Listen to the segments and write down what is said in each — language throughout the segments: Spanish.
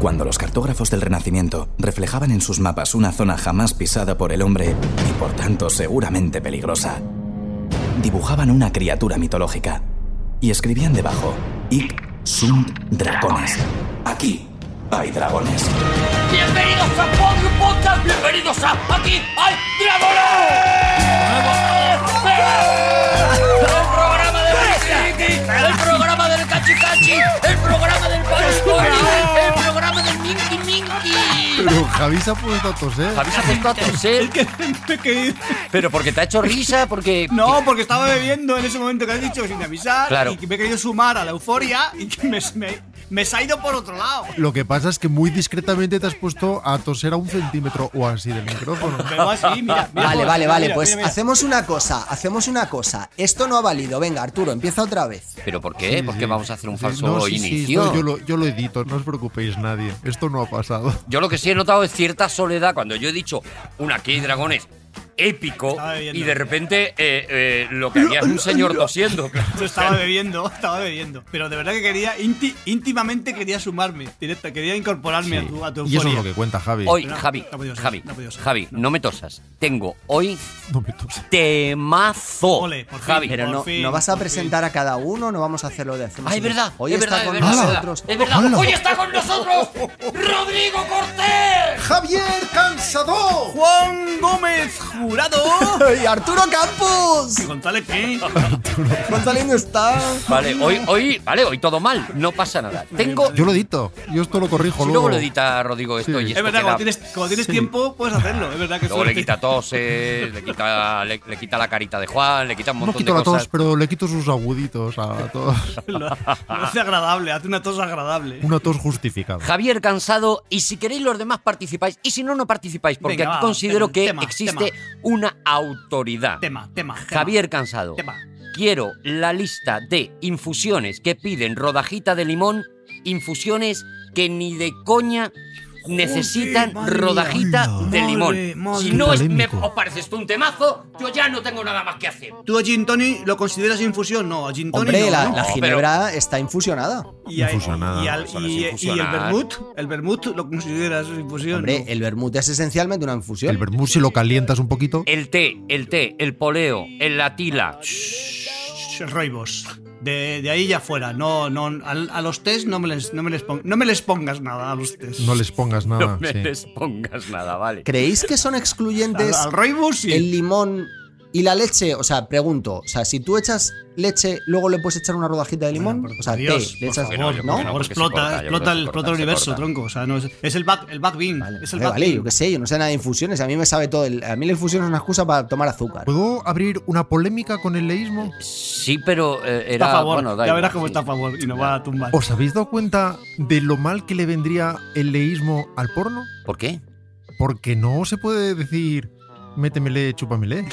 Cuando los cartógrafos del Renacimiento reflejaban en sus mapas una zona jamás pisada por el hombre y por tanto seguramente peligrosa, dibujaban una criatura mitológica y escribían debajo: Ic sunt dragones. Aquí hay dragones. Bienvenidos a Podium Podcast, bienvenidos a Aquí hay Dragones. El programa del Wiki Wiki, el programa del Cachi Cachi, el programa del Pony el programa del Minky Minky. Pero Javi se ha puesto a toser. Javi se ha puesto a toser, Que- pero porque te ha hecho risa, porque... No, porque estaba bebiendo en ese momento que has dicho sin avisar Claro. y que me he querido sumar a la euforia y que me, me- me se ha ido por otro lado. Lo que pasa es que muy discretamente te has puesto a toser a un centímetro o así del micrófono. Pero así, mira, mira Vale, cómo- vale, mira, vale, mira, pues mira, mira. hacemos una cosa, hacemos una cosa. Esto no ha valido, venga Arturo, empieza otra vez. ¿Pero por qué? Sí, ¿Por sí. qué Eh, vamos a hacer un Sí, falso no, sí, sí, inicio? esto yo, yo, lo... lo, yo lo edito, no os preocupéis nadie. Esto no ha pasado. que sí he notado es cierta soledad cuando yo he dicho un Aquí hay Dragones épico Estaba bebiendo. y de repente eh, eh, lo que había es un señor tosiendo. Yo estaba bebiendo, estaba bebiendo. Pero de verdad que quería, inti- íntimamente quería sumarme, directo, quería incorpororme a tu, a tu Y eso euforia. es lo que cuenta Javi. Hoy, No, Javi, no ha podido ser, Javi, no ha podido ser. Javi, no. me tosas. Tengo hoy No me tose. temazo. Ole, por fin. Javi, Pero Por no, fin, no vas a por fin. presentar a cada uno, no vamos a hacerlo de hacemos Ay, es un- verdad. Hoy es está verdad, con es verdad, nosotros. Es verdad. Hola. Hoy está con nosotros Rodrigo Cortés. ¡Javier Cansado! Juan Gómez Jurado. ¡Y Arturo Campos! Contale que. Gonzalo no está. Vale, hoy, hoy, vale, hoy todo mal. No pasa nada. Tengo. Yo lo edito. Yo esto lo corrijo si luego. luego lo edita Rodrigo esto Sí. y esto Es verdad, queda- cuando tienes, cuando tienes tiempo puedes hacerlo, es verdad que Luego le suerte. quita toses, le quita, le, le quita la carita de Juan, le quita un No montón quito de la cosas. tos, pero le quito sus aguditos a todos. Lo, lo hace agradable, hace una tos agradable. Una tos justificada. Javier Cansado, y si queréis los demás participáis, y si no, no participáis, porque Venga, aquí va, considero tema, que tema, existe tema. una autoridad. Tema, tema, tema. Javier Cansado, Tema. quiero la lista de infusiones que piden rodajita de limón, infusiones que ni de coña necesitan madre rodajita mía. de Madre, limón. madre. si no Qué es, me, polémico. os parece esto un temazo, yo ya no tengo nada más que hacer. ¿Tú a Gin Tony lo consideras infusión? No, a Gin Tony Hombre, no, la, ¿no? la pero- ginebra está infusionada. Y, a- Infusionada. y al- Eso no es y- y el infusionar. vermut, el vermut lo consideras infusión. Hombre, ¿no? el vermut es esencialmente una infusión. El vermú, si lo calientas un poquito. El té, el té, el poleo, el latila. Shh, Roibos. De, de ahí ya fuera. No, no, al- a, los test no me les, no me les pon- no me les pongas nada a los test. No les pongas nada. No me sí. les pongas nada, vale. ¿Creéis que son al, excluyentes al Roibos sí. el limón y la leche? O sea, pregunto, o sea, si tú echas leche, luego le puedes echar una rodajita de limón. Bueno, por o sea, Dios, por té, le echas. favor, no, yo creo que por no, favor, porque se explota, corta, yo creo explota que se el, explota corta, el se universo, corta. tronco. O sea, no, es, es el back, el back bean. Vale, es el vale, back vale, bean. yo qué sé, yo no sé nada de infusiones, a mí me sabe todo. el- a mí la infusión es una excusa para tomar azúcar. Pues ¿Puedo abrir una polémica con el leísmo? Sí, pero eh, era. Está a favor. bueno, da ya igual, verás cómo sí. está a favor y nos va a tumbar. ¿Os habéis dado cuenta de lo mal que le vendría el leísmo al porno? ¿Por qué? Porque no se puede decir métemele, chúpamele.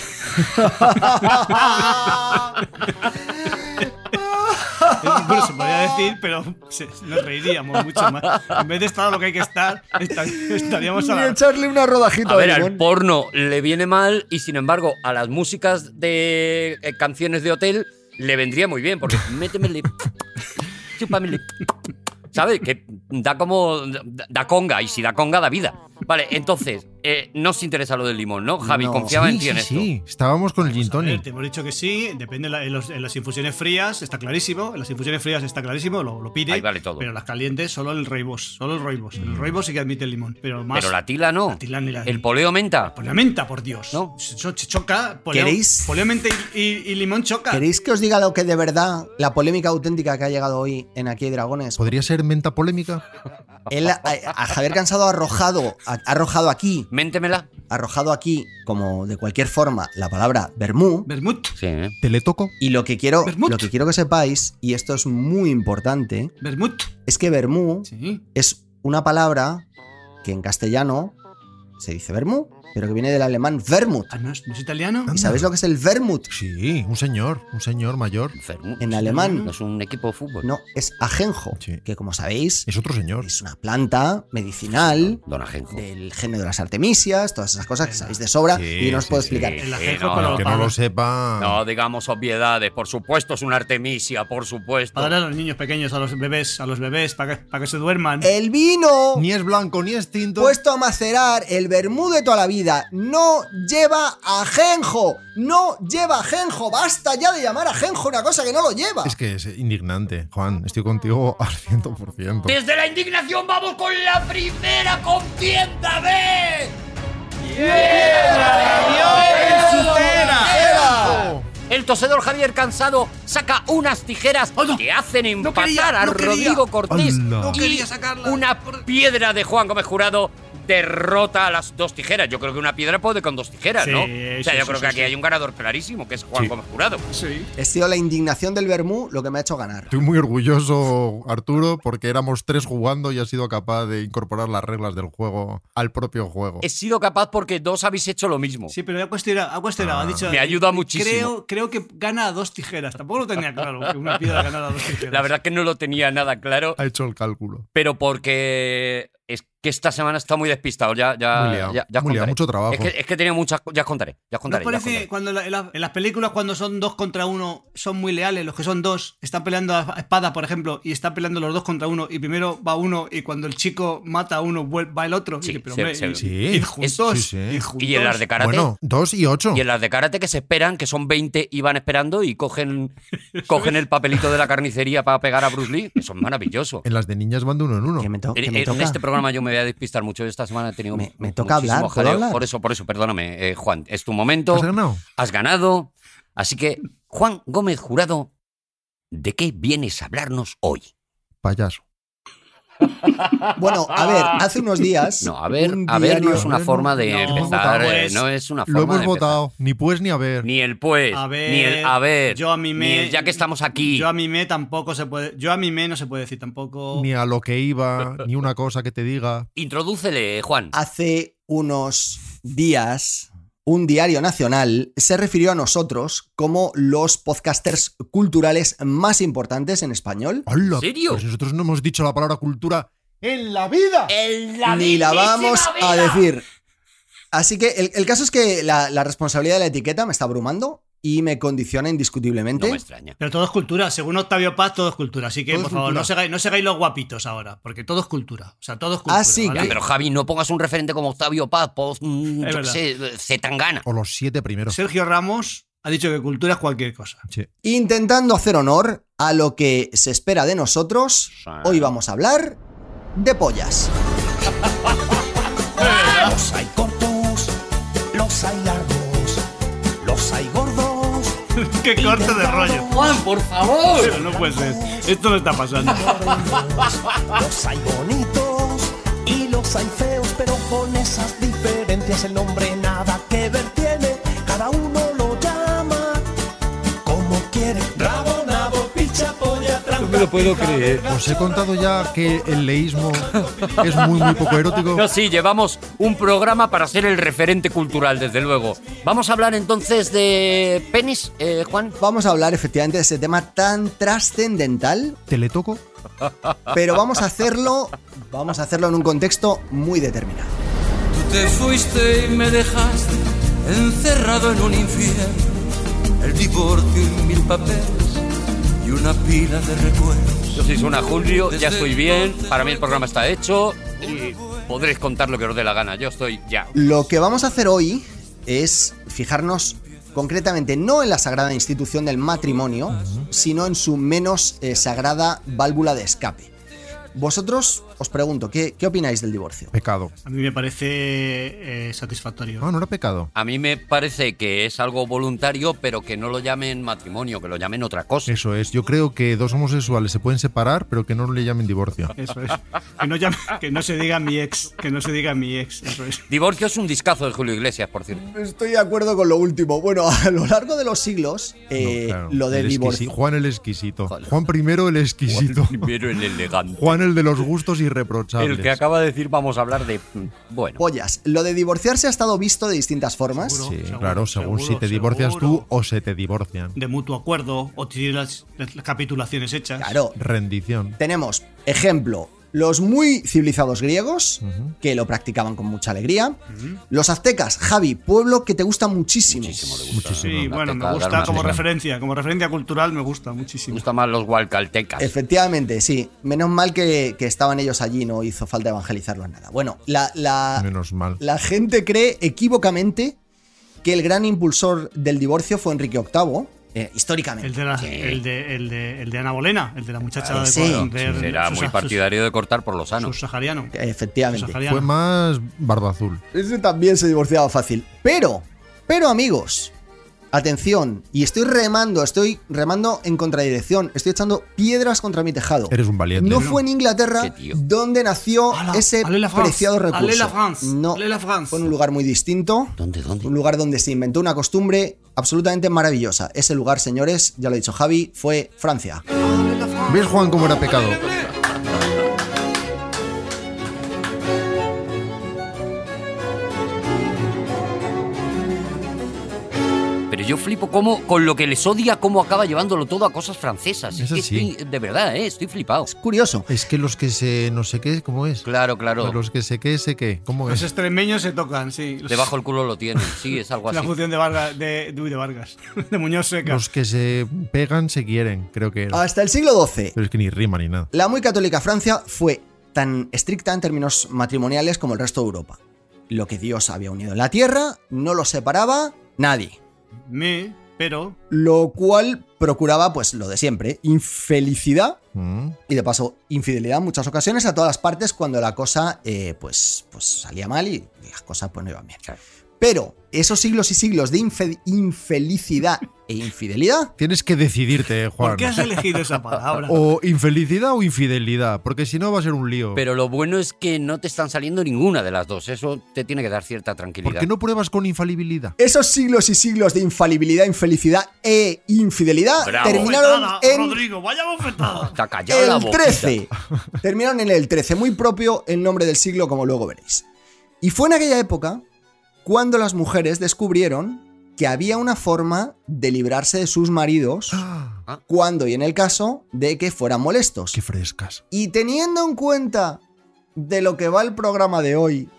Bueno, se podría decir, pero se- nos reiríamos mucho más. En vez de estar a lo que hay que estar, esta- estaríamos a la- echarle una rodajita A ver, al porno le viene mal y sin embargo a las músicas de eh, canciones de hotel le vendría muy bien, porque métemele, chúpamele, ¿sabes? Que da como, da da conga y si da conga da vida. Vale, entonces, eh, no os interesa lo del limón, ¿no? Javi, No. confiaba en ti sí, en sí, esto. sí. Estábamos con el gin A ver, tonic. te hemos dicho que sí, depende de la- en, los- en las infusiones frías, está clarísimo. En las infusiones frías está clarísimo, lo, lo pide. Ahí vale todo. Pero en las calientes, solo el roibos. Solo el roibos. El roibos sí que admite el limón. Pero más. Pero la tila no. La tila ni la- El poleo menta. Pues la menta, por Dios. No. Eso ch- choca. Poleo, ¿Queréis? poleo, menta y, y- y limón choca. ¿Queréis que os diga lo que de verdad, la polémica auténtica que ha llegado hoy en Aquí hay Pues, Dragones? ¿Podría ser menta polémica? Él, a, a Javier Cansado ha arrojado, ha arrojado aquí, Méntemela. ha arrojado aquí, como de cualquier forma, la palabra vermú. Vermut. Sí, ¿eh? ¿Te le toco? Y lo que, quiero, Vermut. lo que quiero que sepáis, y esto es muy importante, Vermut. es que vermú Sí. es una palabra que en castellano se dice vermú. pero que viene del alemán Vermut. Ah, ¿no es, no es italiano? ¿Y sabéis lo que es el Vermut? Sí, un señor, un señor mayor. Fermut. En alemán. No es un equipo de fútbol. No, es ajenjo, Sí. que como sabéis Es otro señor. es una planta medicinal Don Ajenjo. del género de las artemisias, todas esas cosas que sabéis de sobra Sí, y no os sí, puedo sí. explicar. Sí, El sí, ajenjo no, para no. los Que no lo padres. sepa. No digamos obviedades, por supuesto es una artemisia, por supuesto. Para darle a los niños pequeños, a los bebés, a los bebés, para que, para que se duerman. El vino Ni es blanco ni es tinto. puesto a macerar, el vermú de toda la vida, no lleva ajenjo, no lleva ajenjo, basta ya de llamar ajenjo una cosa que no lo lleva. Es que es indignante, Juan. Estoy contigo al 100%. Desde la indignación vamos con la primera contienda de... El tosedor Javier Cansado saca unas tijeras ¡Oh, no! que hacen ¡No empatar quería, a no quería! Oh, Rodrigo Cortés. ¡Hala! No y quería sacarla. Una piedra de Juan Gómez Jurado derrota a las dos tijeras. Yo creo que una piedra puede con dos tijeras, Sí, ¿no? O sí, sea, yo sí, creo sí, que aquí sí. hay un ganador clarísimo, que es Juan Sí. Gómez Jurado. Sí. Ha sido la indignación del vermú lo que me ha hecho ganar. Estoy muy orgulloso, Arturo, porque éramos tres jugando y has sido capaz de incorporar las reglas del juego al propio juego. He sido capaz porque dos habéis hecho lo mismo. Sí, pero ha cuestionado, ha cuestionado, ha dicho. Ah. Me ayuda muchísimo. Creo, creo que gana a dos tijeras. Tampoco lo tenía claro que una piedra ganara a dos tijeras. La verdad que no lo tenía nada claro, Ha hecho el cálculo. pero porque es que esta semana está muy despistado. Ya, ya, Muy liado, Ah, ya, ya os muy contaré. liado, mucho trabajo. Es que, es que tenía muchas. co- Ya os contaré. Ya os ¿No contaré. os ya os contaré. parece cuando la- en, la- en las películas cuando son dos contra uno son muy leales? Los que son dos están peleando a espada, por ejemplo, y están peleando los dos contra uno y primero va uno y cuando el chico mata a uno vuel- va el otro. Sí, y, que, pero, se- hombre, se- y- Sí. id juntos, Sí, sí. id juntos. Y en las de karate. Bueno, dos y ocho. Y en las de karate que se esperan, que son 20 y van esperando y cogen, cogen el papelito de la carnicería para pegar a Bruce Lee. Eso es maravilloso. En las de niñas van de uno en uno. Que me, to- que En, me en toca. este programa yo me voy a despistar mucho. Esta semana he tenido. Me- me mu- toca muchísimo hablar, ¿puedo jaleo. hablar? Por eso, por eso, perdóname, eh, Juan. Es tu momento. ¿Has ganado? Has ganado. Así que, Juan Gómez Jurado, ¿de qué vienes a hablarnos hoy? Payaso. Bueno, a ver, hace unos días. No, a ver, un a ver, no diario- es una no, forma de no, empezar. votado eh, es. no es una forma Lo hemos de empezar. votado. Ni pues ni a ver. Ni el pues, A ver, ni el a ver, yo a mí me- ni el ya que estamos aquí. Yo a mi me tampoco se puede. Yo a mi me no se puede decir tampoco. ni a lo que iba, ni una cosa que te diga. Introdúcele, Juan. Hace unos días, un diario nacional se refirió a nosotros como los podcasters culturales más importantes en español. ¡Hala! ¿En serio? Pero si nosotros no hemos dicho la palabra cultura en la vida. ni la vamos a decir. Así que el, el caso es que la, la responsabilidad de la etiqueta me está abrumando y me condiciona indiscutiblemente. No me extraña. Pero todo es cultura, según Octavio Paz, todo es cultura. Así que, Todo es por favor, cultura. no seáis, no seáis los guapitos ahora, porque todo es cultura. O sea, todo es cultura. Así Ya, ¿vale? que- pero Javi, no pongas un referente como Octavio Paz, Poz, mm, Es yo qué verdad. sé, Zetangana. O los siete primeros. Sergio Ramos ha dicho que cultura es cualquier cosa. Intentando hacer honor a lo que se espera de nosotros, hoy vamos a hablar de pollas. Los hay cortos, los hay largos, los hay gordos. ¡Qué corte de rollo! Juan, por favor. Pero no puede ser. Esto no está pasando. gordos. Los hay bonitos y los hay feos, pero con esas diferencias el nombre nada que ver tiene. Cada uno lo llama como quiere. Rabo, nabo, picha, polla, tranca. No me lo puedo creer. Os he contado ya que el leísmo es muy, muy poco erótico. No, sí, llevamos un programa para ser el referente cultural, desde luego. Vamos a hablar entonces de penis, eh, Juan. Vamos a hablar efectivamente de ese tema tan trascendental, ¿Te le toco? pero vamos a hacerlo, vamos a hacerlo en un contexto muy determinado. Tú te fuiste y me dejaste encerrado en un infierno. El divorcio y mil papeles y una pila de recuerdos. Yo soy Suna Julio, ya estoy bien, para mí el programa está hecho y podréis contar lo que os dé la gana, yo estoy ya. Lo que vamos a hacer hoy es fijarnos concretamente no en la sagrada institución del matrimonio, sino en su menos eh, sagrada válvula de escape. Vosotros os pregunto, ¿qué, qué opináis del divorcio? Pecado. Ah, A mí me parece eh, satisfactorio. No, no era pecado. A mí me parece que es algo voluntario, pero que no lo llamen matrimonio, que lo llamen otra cosa. Eso es. Yo creo que dos homosexuales se pueden separar, pero que no le llamen divorcio. Eso es. Que no, llame- que no se diga mi ex. Que no se diga mi ex. Eso es. Divorcio es un discazo de Julio Iglesias, por cierto. Estoy de acuerdo con lo último. Bueno, a lo largo de los siglos, eh, No, claro. lo del El exquisi- divorcio. Juan el exquisito. Juan primero el exquisito. Primero el elegante. Juan el el de los gustos irreprochables. El que acaba de decir vamos a hablar de... Bueno. Pollas, lo de divorciarse ha estado visto de distintas formas. Seguro. Sí, Seguro, claro, según si seguro, te divorcias tú seguro. o se te divorcian. de mutuo acuerdo o tienes las, las- las capitulaciones hechas. Claro, Rendición. tenemos ejemplo. Los muy civilizados griegos, que lo practicaban con mucha alegría. Los aztecas, Javi, pueblo que te gusta muchísimo. Muchísimo le gusta. Muchísimo. Sí, Una bueno, me teta, dar gusta una como teta. referencia, como referencia cultural me gusta Me muchísimo. gustan más los hualcaltecas. Efectivamente, sí. Menos mal que, que estaban ellos allí, no hizo falta evangelizarlos nada. Bueno, la, la- Menos mal. la gente cree equívocamente que el gran impulsor del divorcio fue Enrique VIII, eh, históricamente. El de, la- el, de, el, de, el de Ana Bolena, el de la muchacha Vale, de, sí. de- Será sus- muy sus- partidario de cortar por lo sano. subsahariano. Efectivamente. Subsahariano. Fue más barba azul. Ese también se divorciaba fácil. Pero, pero amigos, atención, y estoy remando, estoy remando en contradirección, estoy echando piedras contra mi tejado. Eres un valiente. no fue en Inglaterra Qué tío. donde nació Ala, ese allez la France, preciado recurso. allez la France, no, allez la France. fue en un lugar muy distinto, ¿Dónde, dónde? un lugar donde se inventó una costumbre absolutamente maravillosa. Ese lugar, señores, ya lo ha dicho Javi, fue Francia. ¿Ves, Juan, cómo era pecado? Pero yo flipo cómo, con lo que les odia, cómo acaba llevándolo todo a cosas francesas. Es Eso que sí. estoy- de verdad, ¿eh? estoy flipado. Es curioso. Es que los que se no sé qué, ¿cómo es? Claro, claro. Los que se qué, se qué. ¿Cómo Los es? extremeños se tocan, sí. Los- Debajo el culo lo tienen. Sí, es algo así. la función de Vargas, de, de- uy, de Vargas, de Muñoz Seca. Los que se pegan se quieren, creo que era. Hasta el siglo XII, Pero es que ni rima ni nada. La muy católica Francia fue tan estricta en términos matrimoniales como el resto de Europa. Lo que Dios había unido en la tierra no lo separaba nadie. Me, pero, Lo cual procuraba, pues lo de siempre, infelicidad Mm. y de paso infidelidad en muchas ocasiones a todas las partes cuando la cosa eh, pues, pues salía mal y las cosas pues no iban bien. Claro. Pero esos siglos y siglos de infe- infelicidad e infidelidad Tienes que decidirte, eh, Juan. ¿por qué has elegido esa palabra? O infelicidad o infidelidad, porque si no va a ser un lío. Pero lo bueno es que no te están saliendo ninguna de las dos. Eso te tiene que dar cierta ¿Por tranquilidad. qué no pruebas con infalibilidad? Esos siglos y siglos de infalibilidad, infelicidad e infidelidad Bravo. terminaron Bofetada, en Rodrigo, vaya bofetada. Está callado la el boquita. 13. Terminaron en el 13, muy propio el nombre del siglo, como luego veréis. Y fue en aquella época cuando las mujeres descubrieron que había una forma de librarse de sus maridos ¡Ah! cuando y en el caso de que fueran molestos. ¡Qué frescas! Y teniendo en cuenta de lo que va el programa de hoy,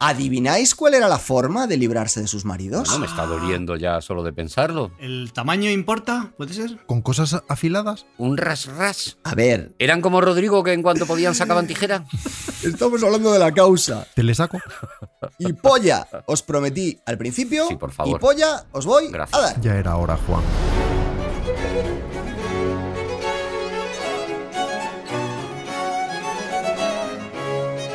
¿adivináis cuál era la forma de librarse de sus maridos? No me está doliendo ya solo de pensarlo. ¿El tamaño importa? ¿Puede ser? ¿Con cosas afiladas? Un ras ras. A ver, ¿Eran como Rodrigo que en cuanto podían sacaban tijera? Estamos hablando de la causa. ¿Te le saco? Y polla, os prometí al principio. Sí, por favor. Y polla, os voy Gracias. a dar. Ya era hora, Juan.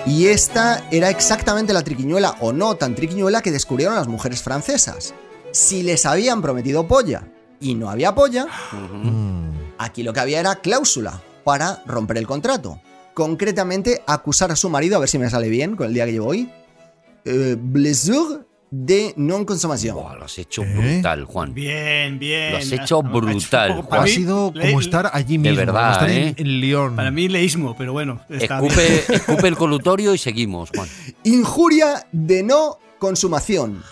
Y esta era exactamente la triquiñuela o no tan triquiñuela que descubrieron las mujeres francesas. Si les habían prometido polla y no había polla, Ujú. Mm. aquí lo que había era cláusula para romper el contrato. Concretamente, acusar a su marido, a ver si me sale bien con el día que llevo hoy, eh, blessure de non-consumación. Buah, lo has hecho ¿Eh? brutal, Juan. Bien, bien. Lo has hecho brutal, Ha hecho- Juan. para Ha mí, sido le- como estar allí de mismo, verdad, como estar en- ¿eh? en, León. Para mí leísmo, pero bueno. Está bien. Escupe, escupe el colutorio y seguimos, Juan. Injuria de no consumación.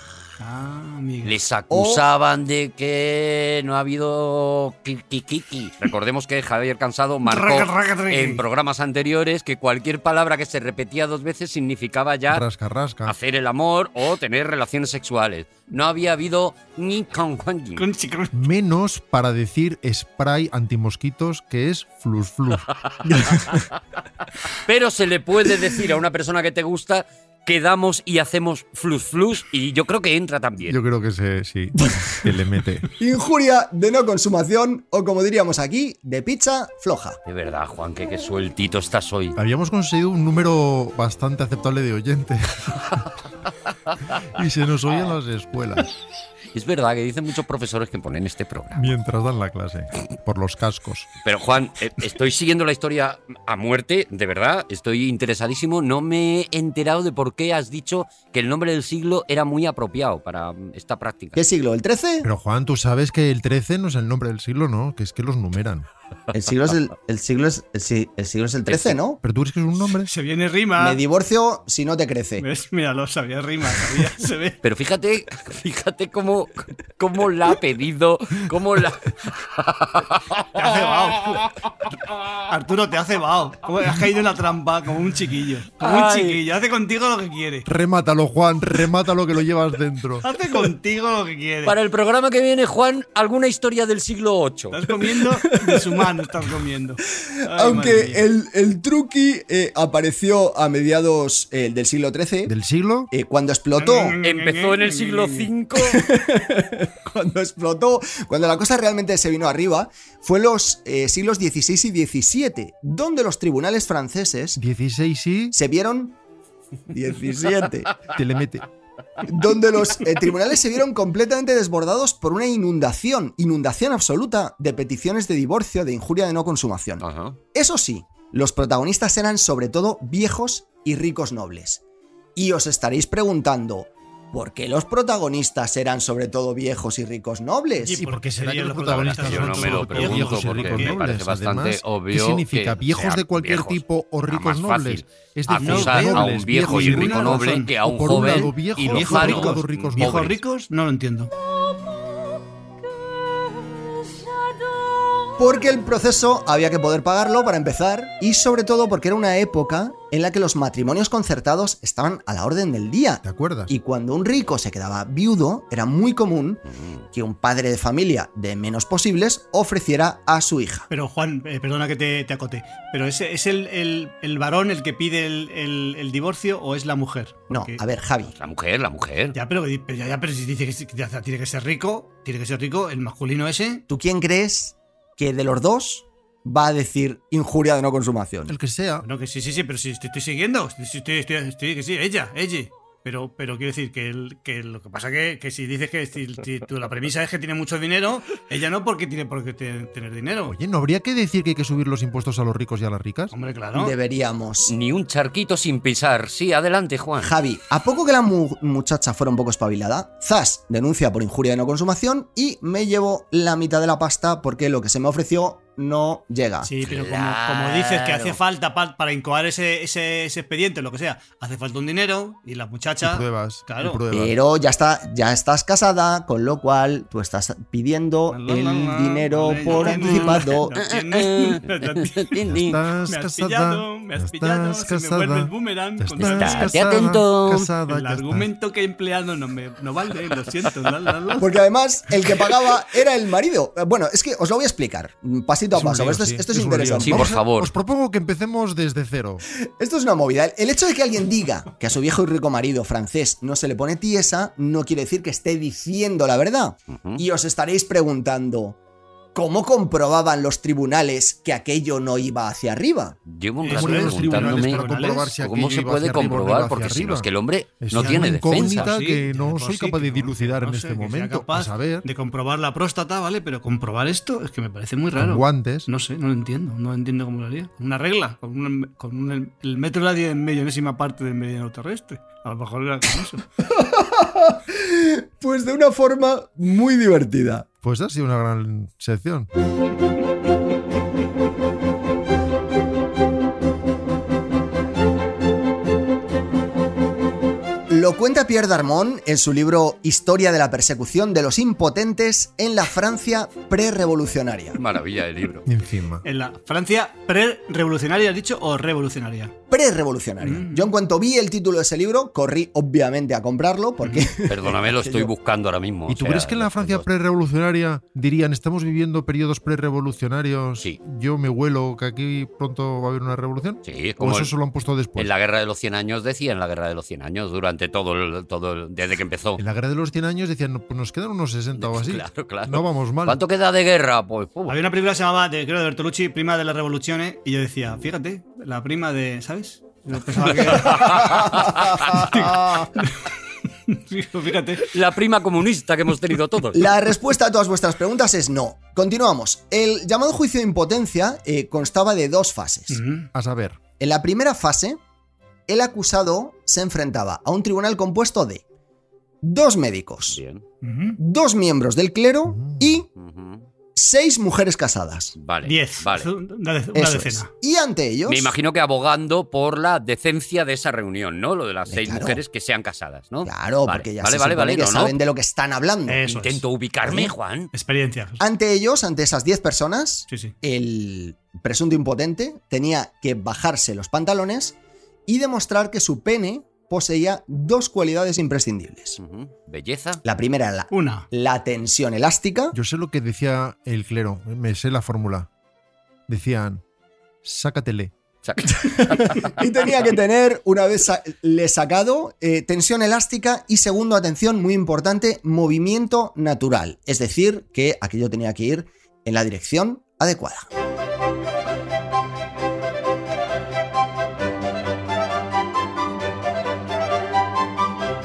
Ah, amigo. Les acusaban de que no ha habido kikikiki. Recordemos que Javier Cansado marcó Raca, raca, raca. en programas anteriores que cualquier palabra que se repetía dos veces significaba ya Rasca, rasca. hacer el amor o tener relaciones sexuales. No había habido ni con Juan Jin. Crunchy, crunchy. Menos para decir spray antimosquitos que es flus flus. Pero se le puede decir a una persona que te gusta quedamos y hacemos flus flus y yo creo que entra también. Yo creo que se, sí, que le mete. Injuria de no consumación o como diríamos aquí, de pizza floja. De verdad, Juan, que qué sueltito estás hoy. Habíamos conseguido un número bastante aceptable de oyentes. y se nos oían las escuelas Es verdad que dicen muchos profesores que ponen este programa. mientras dan la clase, por los cascos. Pero Juan, eh, estoy siguiendo la historia a muerte, de verdad, estoy interesadísimo. No me he enterado de por qué has dicho que el nombre del siglo era muy apropiado para mm, esta práctica. ¿Qué siglo? ¿El 13? Pero Juan, tú sabes que el 13 no es el nombre del siglo, ¿no? Que es que los numeran. El siglo es el, el siglo es, el, si- el siglo es el 13, ¿no? Pero tú es que es un nombre. Se viene rima. Me divorcio si no te crece. ¿Ves? Míralo, sabía rima, sabía, se ve. Pero fíjate, fíjate cómo, cómo la ha pedido, cómo la... Te ha cebado. Arturo, te ha cebado. Como- Has caído en la trampa como un chiquillo. Como un Ay. chiquillo. Hace contigo lo que quiere. Remátalo, Juan, remátalo que lo llevas dentro. Hace contigo lo que quiere. Para el programa que viene, Juan, alguna historia del siglo VIII. Estás comiendo de su mano, estás comiendo. Ay, madre mía. Aunque el, el truqui eh, apareció a mediados eh, del siglo XIII, ¿Del siglo? eh, cuando explotó, Mm. Empezó en el siglo V. cuando explotó, cuando la cosa realmente se vino arriba, fue los eh, siglos XVI y XVII, donde los tribunales franceses 16 y se vieron... 17. te le mete. donde los eh, tribunales se vieron completamente desbordados por una inundación, inundación absoluta de peticiones de divorcio, de injuria de no consumación. Ajá. Eso sí, los protagonistas eran sobre todo viejos y ricos nobles. Y os estaréis preguntando, ¿por qué los protagonistas eran sobre todo viejos y ricos nobles? Y- por qué será serían los Yo protagonistas no me lo Sobre todo pregunto viejos y porque ricos me parece nobles? bastante Además, obvio. ¿Qué significa? que ¿Viejos sean de cualquier viejos. tipo o Era ricos más nobles? fácil Es decir, Acusar a nobles, un viejo y viejos, rico ninguna noble razón. que a un O por un joven lado viejos, y por otro lojano. ricos, ricos ¿Viejos pobres. ricos? No lo entiendo. Porque el proceso había que poder pagarlo para empezar y sobre todo porque era una época en la que los matrimonios concertados estaban a la orden del día ¿Te acuerdas? Y cuando un rico se quedaba viudo, era muy común que un padre de familia de menos posibles ofreciera a su hija. Pero Juan, eh, perdona que te, te acote. ¿Pero es, es el, el- el varón el que pide el, el- el divorcio o es la mujer? No, Porque- a ver, Javi. La mujer, la mujer. Ya, pero, pero ya, ya, pero si dice que sí- que ya tiene que ser rico, tiene que ser rico, el masculino ese. ¿Tú quién crees que de los dos va a decir injuria de no consumación? El que sea. Bueno, que sí, sí, sí, pero si te estoy siguiendo, si estoy, estoy, estoy- que sí, ella, ella. Pero, pero quiero decir que, el- que lo que pasa que, que si dices que si- si tú- la premisa es que tiene mucho dinero, ella no porque tiene por qué te- tener dinero. Oye, ¿no habría que decir que hay que subir los impuestos a los ricos y a las ricas? Hombre, claro. Deberíamos. Ni un charquito sin pisar. Sí, adelante, Juan. Javi, ¿a poco que la mu- muchacha fuera un poco espabilada? Zas denuncia por injuria de no consumación y me llevo la mitad de la pasta porque lo que se me ofreció no llega. Sí, pero como, como dices que hace Claro. falta pa- para incoar ese, ese, ese expediente, lo que sea, hace falta un dinero y la muchacha. Y pruebas. y Claro. pruebas. Pero ya, está, ya estás casada, con lo cual tú estás pidiendo La, el la, la, dinero vale, por ya entiendo. anticipado. Ya entiendo, ya entiendo. Estás Me has casada. pillado, me has estás pillado, se me vuelve el casada. boomerang. Ya con estás tantas- Estate casada, atento. casada, ya El estás. argumento que he empleado no, me, no vale, lo siento. la, la, la. Porque además el que pagaba era el marido. Eh, Bueno, es que os lo voy a explicar, mm, pasito a Es un paso. lío, esto, es, sí, esto es es un lío. interesante. Sí, por favor. Os propongo que empecemos desde cero. Esto es una movida. El hecho de que alguien diga que a su viejo y rico marido francés no se le pone tiesa no quiere decir que esté diciendo la verdad. Y os estaréis preguntando, ¿cómo comprobaban los tribunales que aquello no iba hacia arriba? Llevo un Eso rato es, los tribunales preguntándome para comprobar si cómo aquello se iba puede hacia arriba o no iba comprobar, hacia porque si no arriba. es que el hombre Es no una tiene incógnita defensa. que no pues soy sí, capaz de que no- dilucidar no en sé, este que sea momento. A capaz saber, De comprobar la próstata, ¿vale? Pero comprobar esto es que me parece muy con raro. guantes. No sé, no lo entiendo. No entiendo cómo lo haría. Con una regla, con, un- con un- el metro de la diez millonésima parte del meridiano terrestre. A lo mejor era con eso. Pues de una forma muy divertida. Pues ha sido una gran sección. Lo cuenta Pierre Darmon en su libro Historia de la persecución de los impotentes en la Francia prerevolucionaria. Maravilla de libro. Eh, Encima. En la Francia pre-revolucionaria, ¿has dicho? ¿O revolucionaria? Prerevolucionaria. Mm. Yo en cuanto vi el título de ese libro, corrí obviamente a comprarlo porque Mm. Perdóname, lo estoy buscando ahora mismo. ¿Y o tú sea, crees que en la Francia los- prerevolucionaria dirían estamos viviendo periodos prerevolucionarios? Sí. Yo me huelo que aquí pronto va a haber una revolución. Sí, es O como eso pues? el- se lo han puesto después. en la Guerra de los 100 Años decía en la Guerra de los 100 Años, durante todo el, todo el- desde que empezó. En la guerra de los 100 años decían, "No, pues nos quedan unos 60 o así. Claro, claro. No vamos mal. ¿Cuánto queda de guerra? Pues puf, Había una película que se llamaba, de, creo, de Bertolucci, Prima de las Revoluciones, y yo decía, fíjate, la prima de, ¿sabes? Yo pensaba que... fíjate. la prima comunista que hemos tenido todos. La respuesta a todas vuestras preguntas es no. Continuamos. El llamado juicio de impotencia eh, constaba de dos fases. Ujú. A saber, En la primera fase, el acusado se enfrentaba a un tribunal compuesto de dos médicos, Bien. Ujú. dos miembros del clero y ujú. seis mujeres casadas. Vale. Diez. Vale. Una, de- una Eso es. decena. Y ante ellos. Me imagino que abogando por la decencia de esa reunión, ¿no? Lo de las Eh, Hombre, seis claro. mujeres que sean casadas, ¿no? Claro, Vale, porque ya vale, se vale, supone vale, que no, no. saben de lo que están hablando. Eso es. Intento ubicarme, ¿Ah, Juan. Experiencia. Ah. Ante ellos, ante esas 10 personas, Sí, sí. el presunto impotente tenía que bajarse los pantalones y demostrar que su pene poseía dos cualidades imprescindibles. Ujú. Belleza. La primera era la, Una. la tensión elástica. Yo sé lo que decía el clero, me sé la fórmula. Decían, sácatele. O sea, Y tenía que tener, una vez sa- le sacado, eh, tensión elástica y segundo, atención, muy importante, movimiento natural. Es decir, que aquello tenía que ir en la dirección adecuada.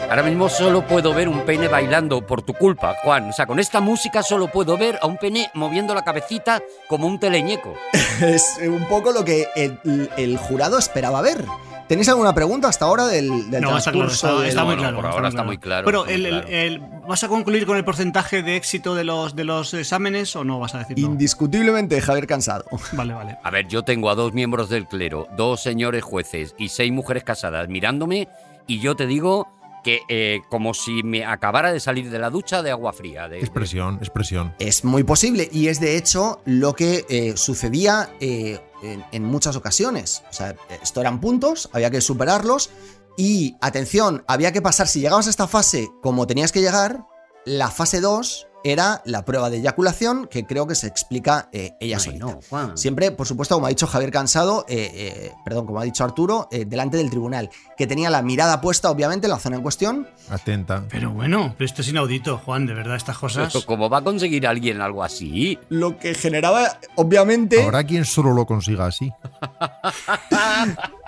Ahora mismo solo puedo ver un pene bailando por tu culpa, Juan. O sea, con esta música solo puedo ver a un pene moviendo la cabecita como un teleñeco. Es un poco lo que el, el jurado esperaba ver. ¿Tenéis alguna pregunta hasta ahora del, del No, está claro, transcurso está, del- está muy No, no, claro. por ahora está muy claro, Pero está muy el- el- el- ¿vas a concluir con el porcentaje de éxito de los, de los exámenes o no vas a decir no? Indiscutiblemente, Javier Cansado. Vale, vale. A ver, yo tengo a dos miembros del clero, dos señores jueces y seis mujeres casadas mirándome y yo te digo que eh, como si me acabara de salir de la ducha de agua fría. De, de- Expresión, expresión. Es muy posible y es de hecho lo que eh, sucedía eh, en, en muchas ocasiones. O sea, esto eran puntos, había que superarlos y, atención, había que pasar, si llegabas a esta fase como tenías que llegar, la fase 2 era la prueba de eyaculación que creo que se explica eh, ella Ay, solita. no, Juan. Siempre, por supuesto, como ha dicho Javier Cansado, eh, eh, perdón, como ha dicho Arturo, eh, delante del tribunal, que tenía la mirada puesta, obviamente, en la zona en cuestión. Atenta. Pero bueno, pero esto es inaudito, Juan, de verdad, estas cosas. Pero ¿Cómo va a conseguir alguien algo así? Lo que generaba, obviamente, Habrá quien solo lo consiga así.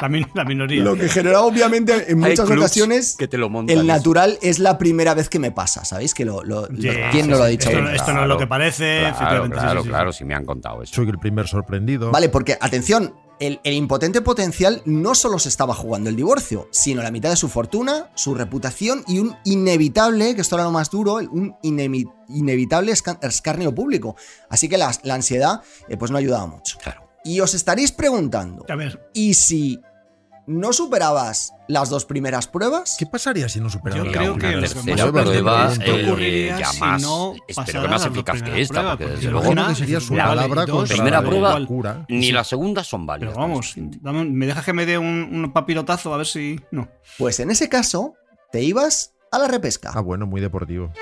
La, min- la minoría. lo que generaba, obviamente, en Hay muchas clubs ocasiones, que te lo montan. el eso. natural es la primera vez que me pasa, ¿sabéis? Que lo, lo- lo- Sí, ¿Quién sí, no lo ha sí. dicho? Esto, no- alguna vez? esto no es lo que parece, Claro, efectivamente. sí, claro, sí, sí. claro, si me han contado eso. Soy el primer sorprendido. Vale, porque, atención, el, el impotente potencial no solo se estaba jugando el divorcio, sino la mitad de su fortuna, su reputación y un inevitable, que esto era lo más duro, un inemi- inevitable esca- escarnio público. Así que la, la ansiedad eh, pues no ayudaba mucho. Claro. Y os estaréis preguntando, A ver, ¿y si no superabas las dos primeras pruebas? ¿Qué pasaría si no superara Yo la creo vacuna? que la los tercera demás prueba preguntan, eh, ¿qué ocurriría ya si más. no espero que pasará más la eficaz que primera esta, prueba? porque Porque desde yo luego creo Una que sería su Vale, palabra dos, contra primera la de prueba. la cura. ni la segunda son válidas. Pero vamos, dame un- me dejas que me dé un, un papirotazo a ver si. No. Pues en ese caso, te ibas a la repesca. Ah, bueno, muy deportivo.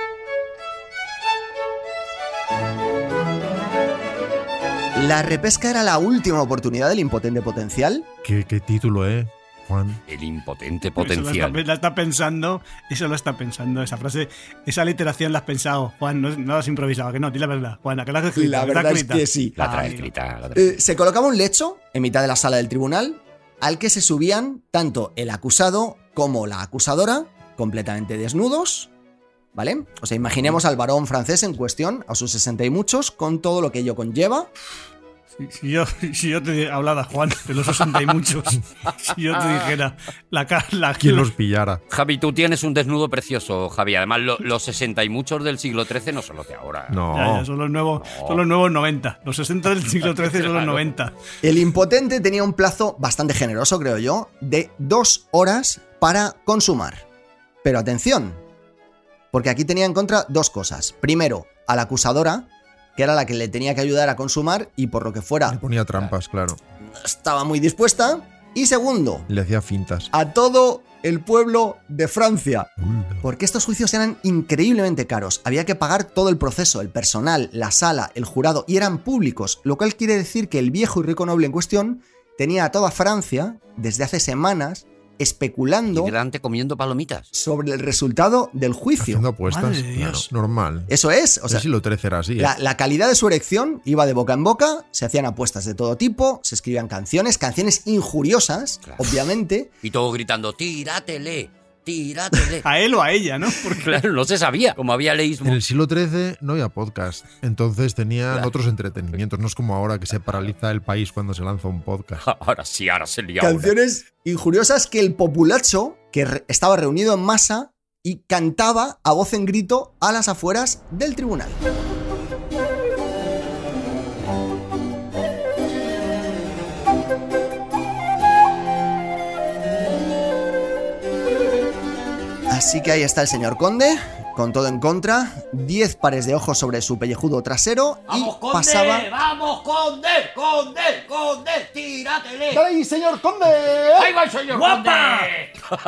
La repesca era la última oportunidad del impotente potencial Qué, qué título, ¿eh, Juan? El impotente Eso lo potencial. está, la está pensando, eso lo está pensando, esa frase, esa literación la has pensado, Juan, no, no la has improvisado, que no, di la verdad, Ah, Juan, ¿a que la has escrito, La verdad es que sí. La trae Ay, escrita. la trae. Eh, se colocaba un lecho en mitad de la sala del tribunal al que se subían tanto el acusado como la acusadora, completamente desnudos. ¿Vale? O sea, imaginemos al varón francés en cuestión, a sus 60 y muchos, con todo lo que ello conlleva. Si, si yo, si yo te hablara, Juan, de los 60 y muchos, si yo te dijera la cara, la, ¿Quién los pillara? Javi, tú tienes un desnudo precioso, Javi. Además, lo- los 60 y muchos del siglo XIII no son los de ahora. No. Ah, Ya, ya, son, los nuevos, No. son los nuevos 90. Los 60 del siglo XIII son los 90. El impotente tenía un plazo bastante generoso, creo yo, de dos horas para consumar. Pero atención, porque aquí tenía en contra dos cosas. Primero, a la acusadora, que era la que le tenía que ayudar a consumar y por lo que Le fuera ponía trampas, claro. estaba muy dispuesta. Y segundo, Le hacía fintas. a todo el pueblo de Francia. Uy, Porque estos juicios eran increíblemente caros. Había que pagar todo el proceso, el personal, la sala, el jurado, y eran públicos, lo cual quiere decir que el viejo y rico noble en cuestión tenía a toda Francia, desde hace semanas, Y especulando delante comiendo palomitas. sobre el resultado del juicio. Haciendo apuestas. Madre de claro, Dios. normal. Eso es, o El sea, siglo XIII era así. ¿eh? la, la calidad de su erección iba de boca en boca, se hacían apuestas de todo tipo, se escribían canciones, canciones injuriosas, Claro. obviamente, Y todos gritando, tíratele, tíratele. A él o a ella, ¿no? Porque claro, no se sabía. Como había En leísmo. el siglo XIII no había podcast, entonces tenían Claro. otros entretenimientos. No es como ahora que se paraliza el país cuando se lanza un podcast. Ahora sí, ahora se lía. una. canciones injuriosas que el populacho, que re- estaba reunido en masa, y cantaba a voz en grito a las afueras del tribunal. Así que ahí está el señor Conde, con todo en contra, 10 pares de ojos sobre su pellejudo trasero y ¡Vamos, Conde! pasaba... ¡Vamos, Conde! ¡Conde! ¡Conde! ¡Tíratele! ¡Ay, señor conde! ¡Ahí va el señor ¡Guapa!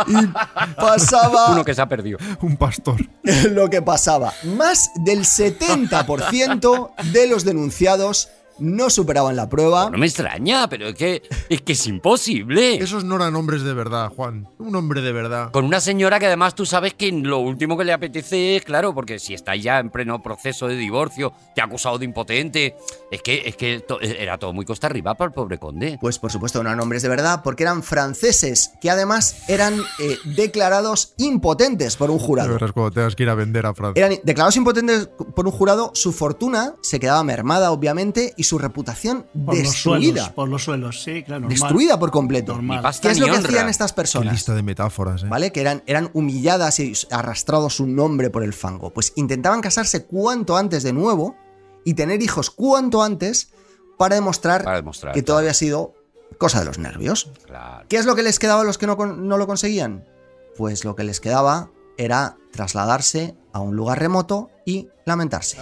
Conde! Y pasaba... Uno que se ha perdido. Un pastor. lo que pasaba. Más del 70% de los denunciados no superaban la prueba. No me extraña, pero es que es, que es imposible. Esos no eran hombres de verdad, Juan. Un hombre de verdad. Con una señora que además tú sabes que lo último que le apetece es, claro, porque si está ya en pleno proceso de divorcio, te ha acusado de impotente. Es que, es que to- era todo muy costa arriba para el pobre conde. Pues por supuesto no eran hombres de verdad porque eran franceses que además eran eh, declarados impotentes por un De jurado. veras, cuando tengas que ir a vender a Francia. Eran declarados impotentes por un jurado, su fortuna se quedaba mermada obviamente y su reputación Por los suelos, destruida. por los suelos, sí, claro. normal. Destruida por completo. Normal. Ni pasta ¿Qué es lo ni que honra. hacían estas Qué personas? lista de metáforas, eh. ¿vale? Que eran, eran humilladas y arrastrados un nombre por el fango. Pues intentaban casarse cuanto antes de nuevo y tener hijos cuanto antes para demostrar Para demostrar. que todo había sido cosa de los nervios. Claro. ¿Qué es lo que les quedaba a los que no, con- no lo conseguían? Pues lo que les quedaba era trasladarse a un lugar remoto y lamentarse.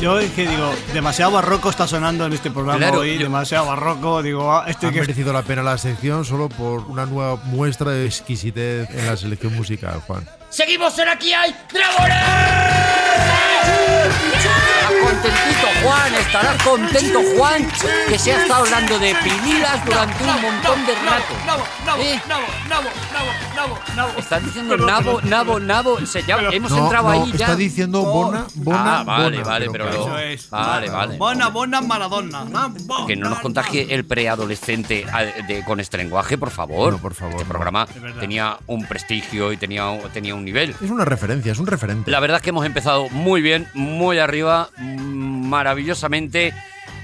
Yo es que digo, demasiado barroco está sonando en este programa Claro, hoy, yo- demasiado barroco, digo, ah, esto Ha hay que... merecido la pena la sección solo por una nueva muestra de exquisitez en la selección musical, Juan. ¡Seguimos en Aquí hay Dragones! Estarás contentito, Juan, estarás contento, Juan, que se ha estado hablando de pinilas durante un montón de rato. Nabo, nabo, ¿Eh? nabo, nabo, nabo, nabo, nabo. Estás diciendo nabo, nabo, nabo. Se llama- hemos No, entrado no, ahí ya. está diciendo Bona, Bona, ah, vale, Bona, vale, pero, claro. no. Eso es. Vale, vale. Bona, bona, Maradona. ma- bona, Que no nos contagie el preadolescente a- de- con este lenguaje, por favor. No, por favor, Este no. programa verdad. tenía un prestigio y tenía, un- tenía un nivel. Es una referencia, es un referente. La verdad es que hemos empezado muy bien, muy arriba, mm, maravillosamente.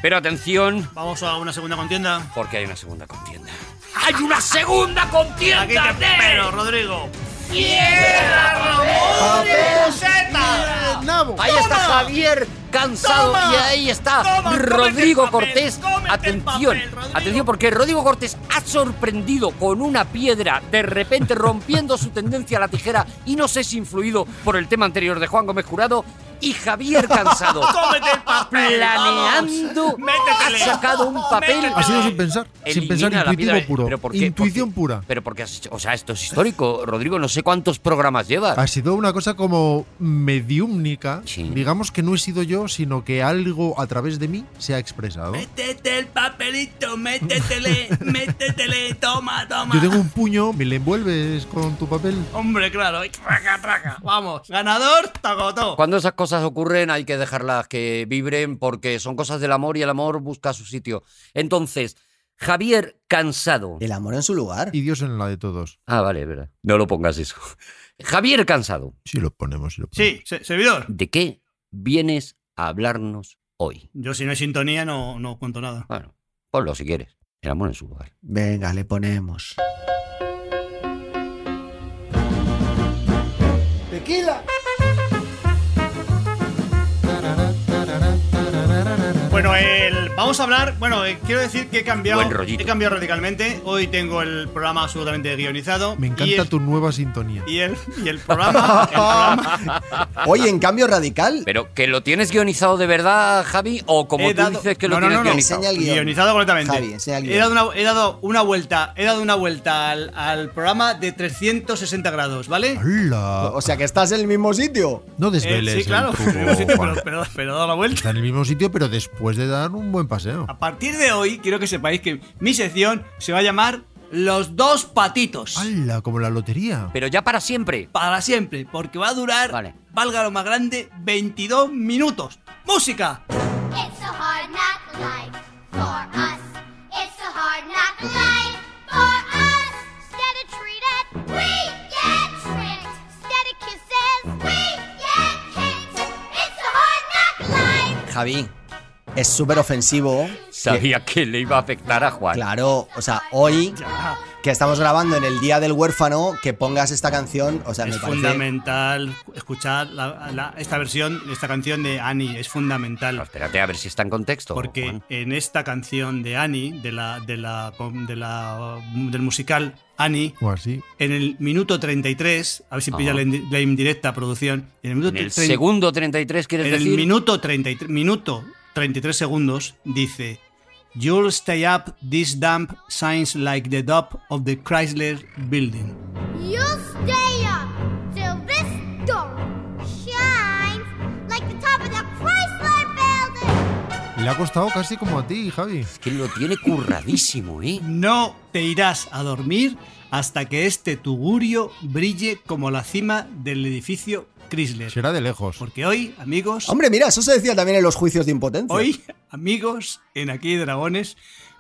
Pero atención, Vamos a una segunda contienda. porque hay una segunda contienda. ¡Hay una segunda Aquí contienda te espero, de Rodrigo. Piedra Ramón de Roseta! Ahí está Javier cansado Toma. y ahí está Toma, cómete Rodrigo el papel, Cortés. cómete el Atención, papel, Rodrigo. atención porque Rodrigo Cortés ha sorprendido con una piedra de repente rompiendo su tendencia a la tijera y no sé si influido por el tema anterior de Juan Gómez Jurado y Javier cansado. Cómete el papel, Planeando, vamos. Métetele. ha sacado un papel. Métetele. ha sido sin pensar, sin Elimina pensar la intuitivo piedra. puro. ¿Pero por qué? ¿Por Intuición qué? pura. Pero porque has hecho- o sea, esto es histórico, Rodrigo, no sé cuántos programas llevas. Ha sido una cosa como mediúmnica. Sí. Digamos que no he sido yo, sino que algo a través de mí se ha expresado. Métete el papelito, métetele, métetele, toma, toma. Yo tengo un puño, me le envuelves con tu papel. Hombre, claro, y traca, traca. Vamos, ganador, tocotó. Cuando esas cosas ocurren hay que dejarlas que vibren porque son cosas del amor y el amor busca su sitio. Entonces, Javier cansado. El amor en su lugar. Y Dios en la de todos. Ah, vale, es verdad. No lo pongas eso. Javier cansado. Si lo ponemos, si lo ponemos. Sí, se- servidor. ¿De qué vienes a hablarnos hoy? Yo si no hay sintonía no, no cuento nada. Bueno, ponlo si quieres. El amor en su lugar. Venga, le ponemos. Tequila. Bueno, el, vamos a hablar. Bueno, eh, quiero decir que he cambiado. Buen rollito. He cambiado radicalmente. Hoy tengo el programa absolutamente guionizado. Me y encanta el, tu nueva sintonía. Y el, y el programa. el programa Oye, en cambio radical, Ah. Pero que lo tienes guionizado de verdad, Javi, o como he tú dado- dices que lo No, no, tienes no, no. guionizado. Enseña el guión. Guionizado completamente. Javi, enseña el he, guión. dado una, he dado una vuelta. He dado una vuelta al, al programa de 360 grados, ¿vale? ¡Hala! Eh, o sea que estás en el mismo sitio. No Eh, desveles. sí, claro. el en el mismo sitio, truco, Juan. pero, pero, pero he dado la vuelta. Está en el mismo sitio, pero después de dar un buen paseo. A partir de hoy, quiero que sepáis que mi sección se va a llamar Los dos patitos. ¡Hala! Como la lotería. Pero ya para siempre. para siempre, porque va a durar, Vale. valga lo más grande, 22 minutos. ¡Música! It's a hard knock life for us. It's a hard knock life for us. Instead of treated, we get tricked. Instead of kisses, we get kicked. It's a hard knock life. Javi, es súper ofensivo. Sabía que le iba a afectar a Juan. Claro, o sea, hoy Ya, que estamos grabando en el Día del Huérfano, que pongas esta canción, o sea, me es parece... fundamental escuchar la- la- esta versión, esta canción de Annie, es fundamental. No, espérate a ver si está en contexto. Porque Juan. en esta canción de Annie, de la, de la, de la, del musical Annie, O así. en el minuto 33, a ver si Ajá. pilla la, indi- la indirecta producción, en el minuto, en el 30 segundo 33, ¿quieres en el decir? minuto, 33, minuto 33 segundos dice... You'll stay up this damp signs like the top of the Chrysler building. You'll stay up till this door shines like the top of the Chrysler building. Le ha costado casi como a ti, Javi. Es que lo tiene curradísimo, ¿eh? No te irás a dormir hasta que este tugurio brille como la cima del edificio Chrysler. Será de lejos. Porque hoy, amigos, Hombre, mira, eso se decía también en los juicios de impotencia. hoy, amigos, en Aquí hay Dragones,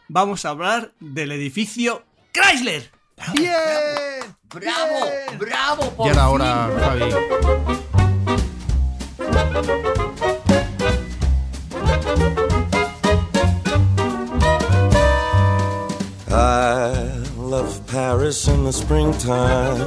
vamos a hablar del edificio Chrysler. ¡Bien! ¡Bravo! ¡Bravo! Y Por ahora, ahora, Javi. I love Paris in the springtime.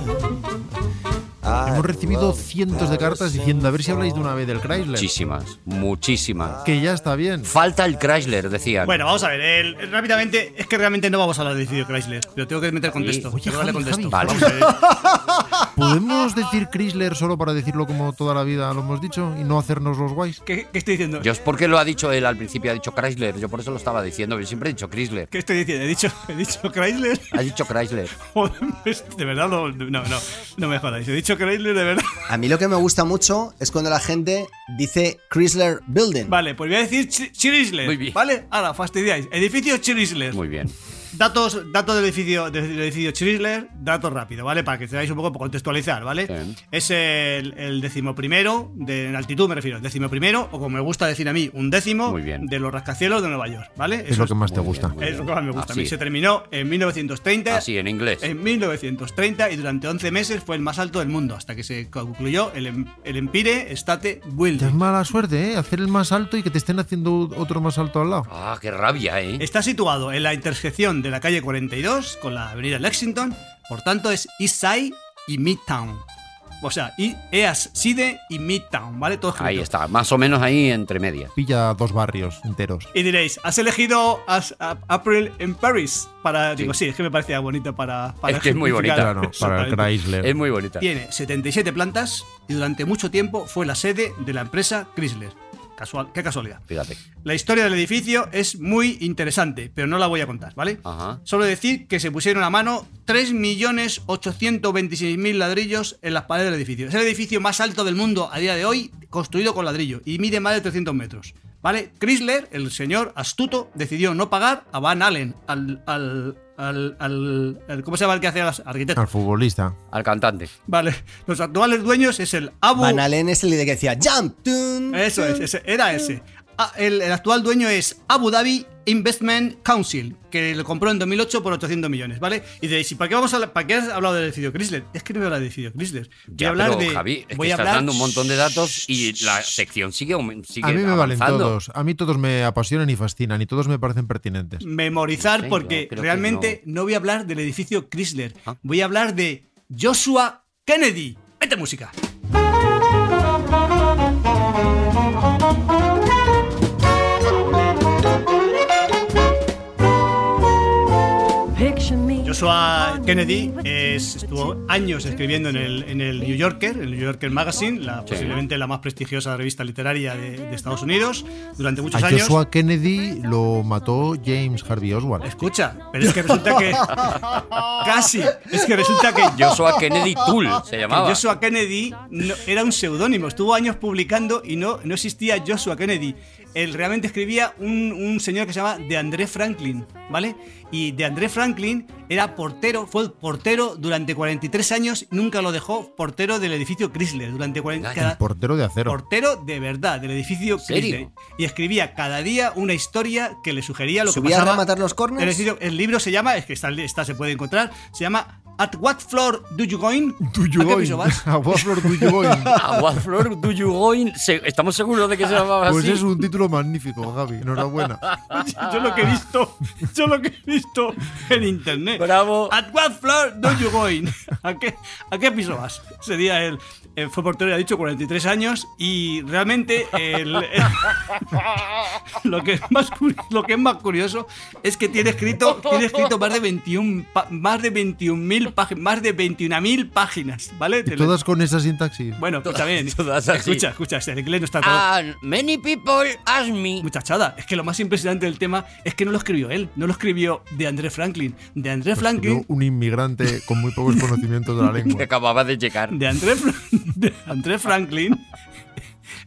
Ah, Hemos recibido cientos de cartas diciendo a ver si habláis de una vez del Chrysler. Muchísimas, muchísimas. Que ya está bien. Falta el Chrysler, decían. Bueno, vamos a ver, el- el- rápidamente, es que realmente no vamos a hablar del edificio Chrysler, pero tengo que meter contexto. Oye, tengo que darle Javi, contexto. Javi. Vamos a ver. ¿Podemos decir Chrysler solo para decirlo como toda la vida lo hemos dicho y no hacernos los guays? ¿Qué, qué estoy diciendo? Yo es porque lo ha dicho él al principio, ha dicho Chrysler. Yo por eso lo estaba diciendo. Yo siempre he dicho Chrysler. ¿Qué estoy diciendo? ¿He dicho, he dicho Chrysler? Ha dicho Chrysler. Joder, pues, de verdad, no, no, no, no me jodáis. He dicho Chrysler, de verdad. A mí lo que me gusta mucho es cuando la gente dice Chrysler Building. Vale, pues voy a decir Ch- Chrysler. Muy bien. ¿Vale? Ahora, fastidiáis. Edificio Chrysler. Muy bien. Datos, datos del edificio, del edificio Chrysler, datos rápido, ¿vale? Para que tengáis un poco para contextualizar, ¿vale? Bien. Es el, el decimoprimero, de, en altitud me refiero, el decimoprimero, o como me gusta decir a mí, un décimo Muy bien. de los rascacielos de Nueva York, ¿vale? Es lo que más te gusta. bien. es lo que más me gusta. a mí. Así. Se terminó en 1930. Así, en inglés. En 1930 y durante 11 meses fue el más alto del mundo, hasta que se concluyó el, em- el Empire State Ya es Building. mala suerte, ¿eh? Hacer el más alto y que te estén haciendo otro más alto al lado. Ah, qué rabia, ¿eh? Está situado en la intersección de la calle 42 con la avenida Lexington, por tanto es East Side y Midtown. O sea, I- East Side y Midtown, ¿vale? Todo junto. Ahí está, más o menos ahí entre medias. Pilla dos barrios enteros. Y diréis, ¿has elegido as- a- April in Paris? Para, Digo, sí, es que me parecía bonito para... para Es que es muy bonita. ejemplificar. Claro, para el Exactamente. Chrysler. Es muy bonita. Tiene 77 plantas y durante mucho tiempo fue la sede de la empresa Chrysler. Casual, qué casualidad. Fíjate. La historia del edificio es muy interesante, pero no la voy a contar, ¿vale? Ajá. Solo decir que se pusieron a mano 3.826.000 ladrillos en las paredes del edificio. Es el edificio más alto del mundo a día de hoy, construido con ladrillo, y mide más de 300 metros. ¿Vale? Chrysler, el señor astuto, decidió no pagar a Van Allen, al... al, al, al- al- ¿Cómo se llama el que hace las arquitectos? Al futbolista. Al cantante. Vale, los actuales dueños es el Abu... Van Allen es el que decía Jump. tun, Eso es, tun". ese- era ese. Ah, el, el actual dueño es Abu Dhabi Investment Council, que lo compró en 2008 por 800 millones, ¿vale? Y diréis, ¿y para qué, vamos a, hablar- para qué has hablado del edificio Chrysler? Es que no voy a hablar del edificio Chrysler. Voy Ya, a hablar pero, de. Javi, es voy que a estás hablar- dando un montón de datos y la sección sigue, aumen- sigue A mí me valen avanzando. todos. A mí todos me apasionan y fascinan y todos me parecen pertinentes. Memorizar, No sé, porque yo creo que realmente no. voy a hablar del edificio Chrysler. Ah. Voy a hablar de Joshua Kennedy. Vete música. Joshua Kennedy es- estuvo años escribiendo en el, en el New Yorker, el New Yorker Magazine, la, posiblemente la más prestigiosa revista literaria de, de Estados Unidos, durante A muchos años. Joshua Kennedy lo mató James Harvey Oswald. Escucha, pero es que resulta que. casi. Es que resulta que Joshua Kennedy Tool se que llamaba. Joshua Kennedy no- era un seudónimo, estuvo años publicando y no, no existía Joshua Kennedy. Él realmente escribía un, un señor que se llama De André Franklin, ¿vale? Y De André Franklin era portero, fue portero durante 43 años, nunca lo dejó portero del edificio Chrysler. Durante 40, cada- Portero de acero. portero de verdad del edificio ¿Serio? Chrysler. Y escribía cada día una historia que le sugería lo que ¿Subía a pasaba. rematar los El, corners? edificio- el libro se llama, es que está, está- se puede encontrar, se llama At what floor do you going? Do you ¿A qué going? piso vas? A what floor do you going? A what floor do you going? Se- ¿Estamos seguros de que se Ah, llamaba Pues así? es un título magnífico, Javi. Enhorabuena. Yo lo que he visto, yo lo que he visto en internet. Bravo. At what floor do you going? ¿A qué, a qué piso vas? Sería el, eh, fue portero, ya he dicho, 43 años y realmente el- el- lo, que es más, curi- lo que es más curioso es que tiene escrito, tiene escrito más de 21 pa- más de 21.000 páginas, más de 21.000 páginas, ¿vale? Te lo- Todas con esa sintaxis. bueno, pues también. todas así. Ah, Escucha, escucha, el inglés no está todo. And many people ask me. Muchachada, es que lo más impresionante del tema es que no lo escribió él, no lo escribió de André Franklin. De André Yo, Franklin. un inmigrante con muy pocos conocimientos de la Que lengua. acababa de llegar. De André, Fra- de André Franklin.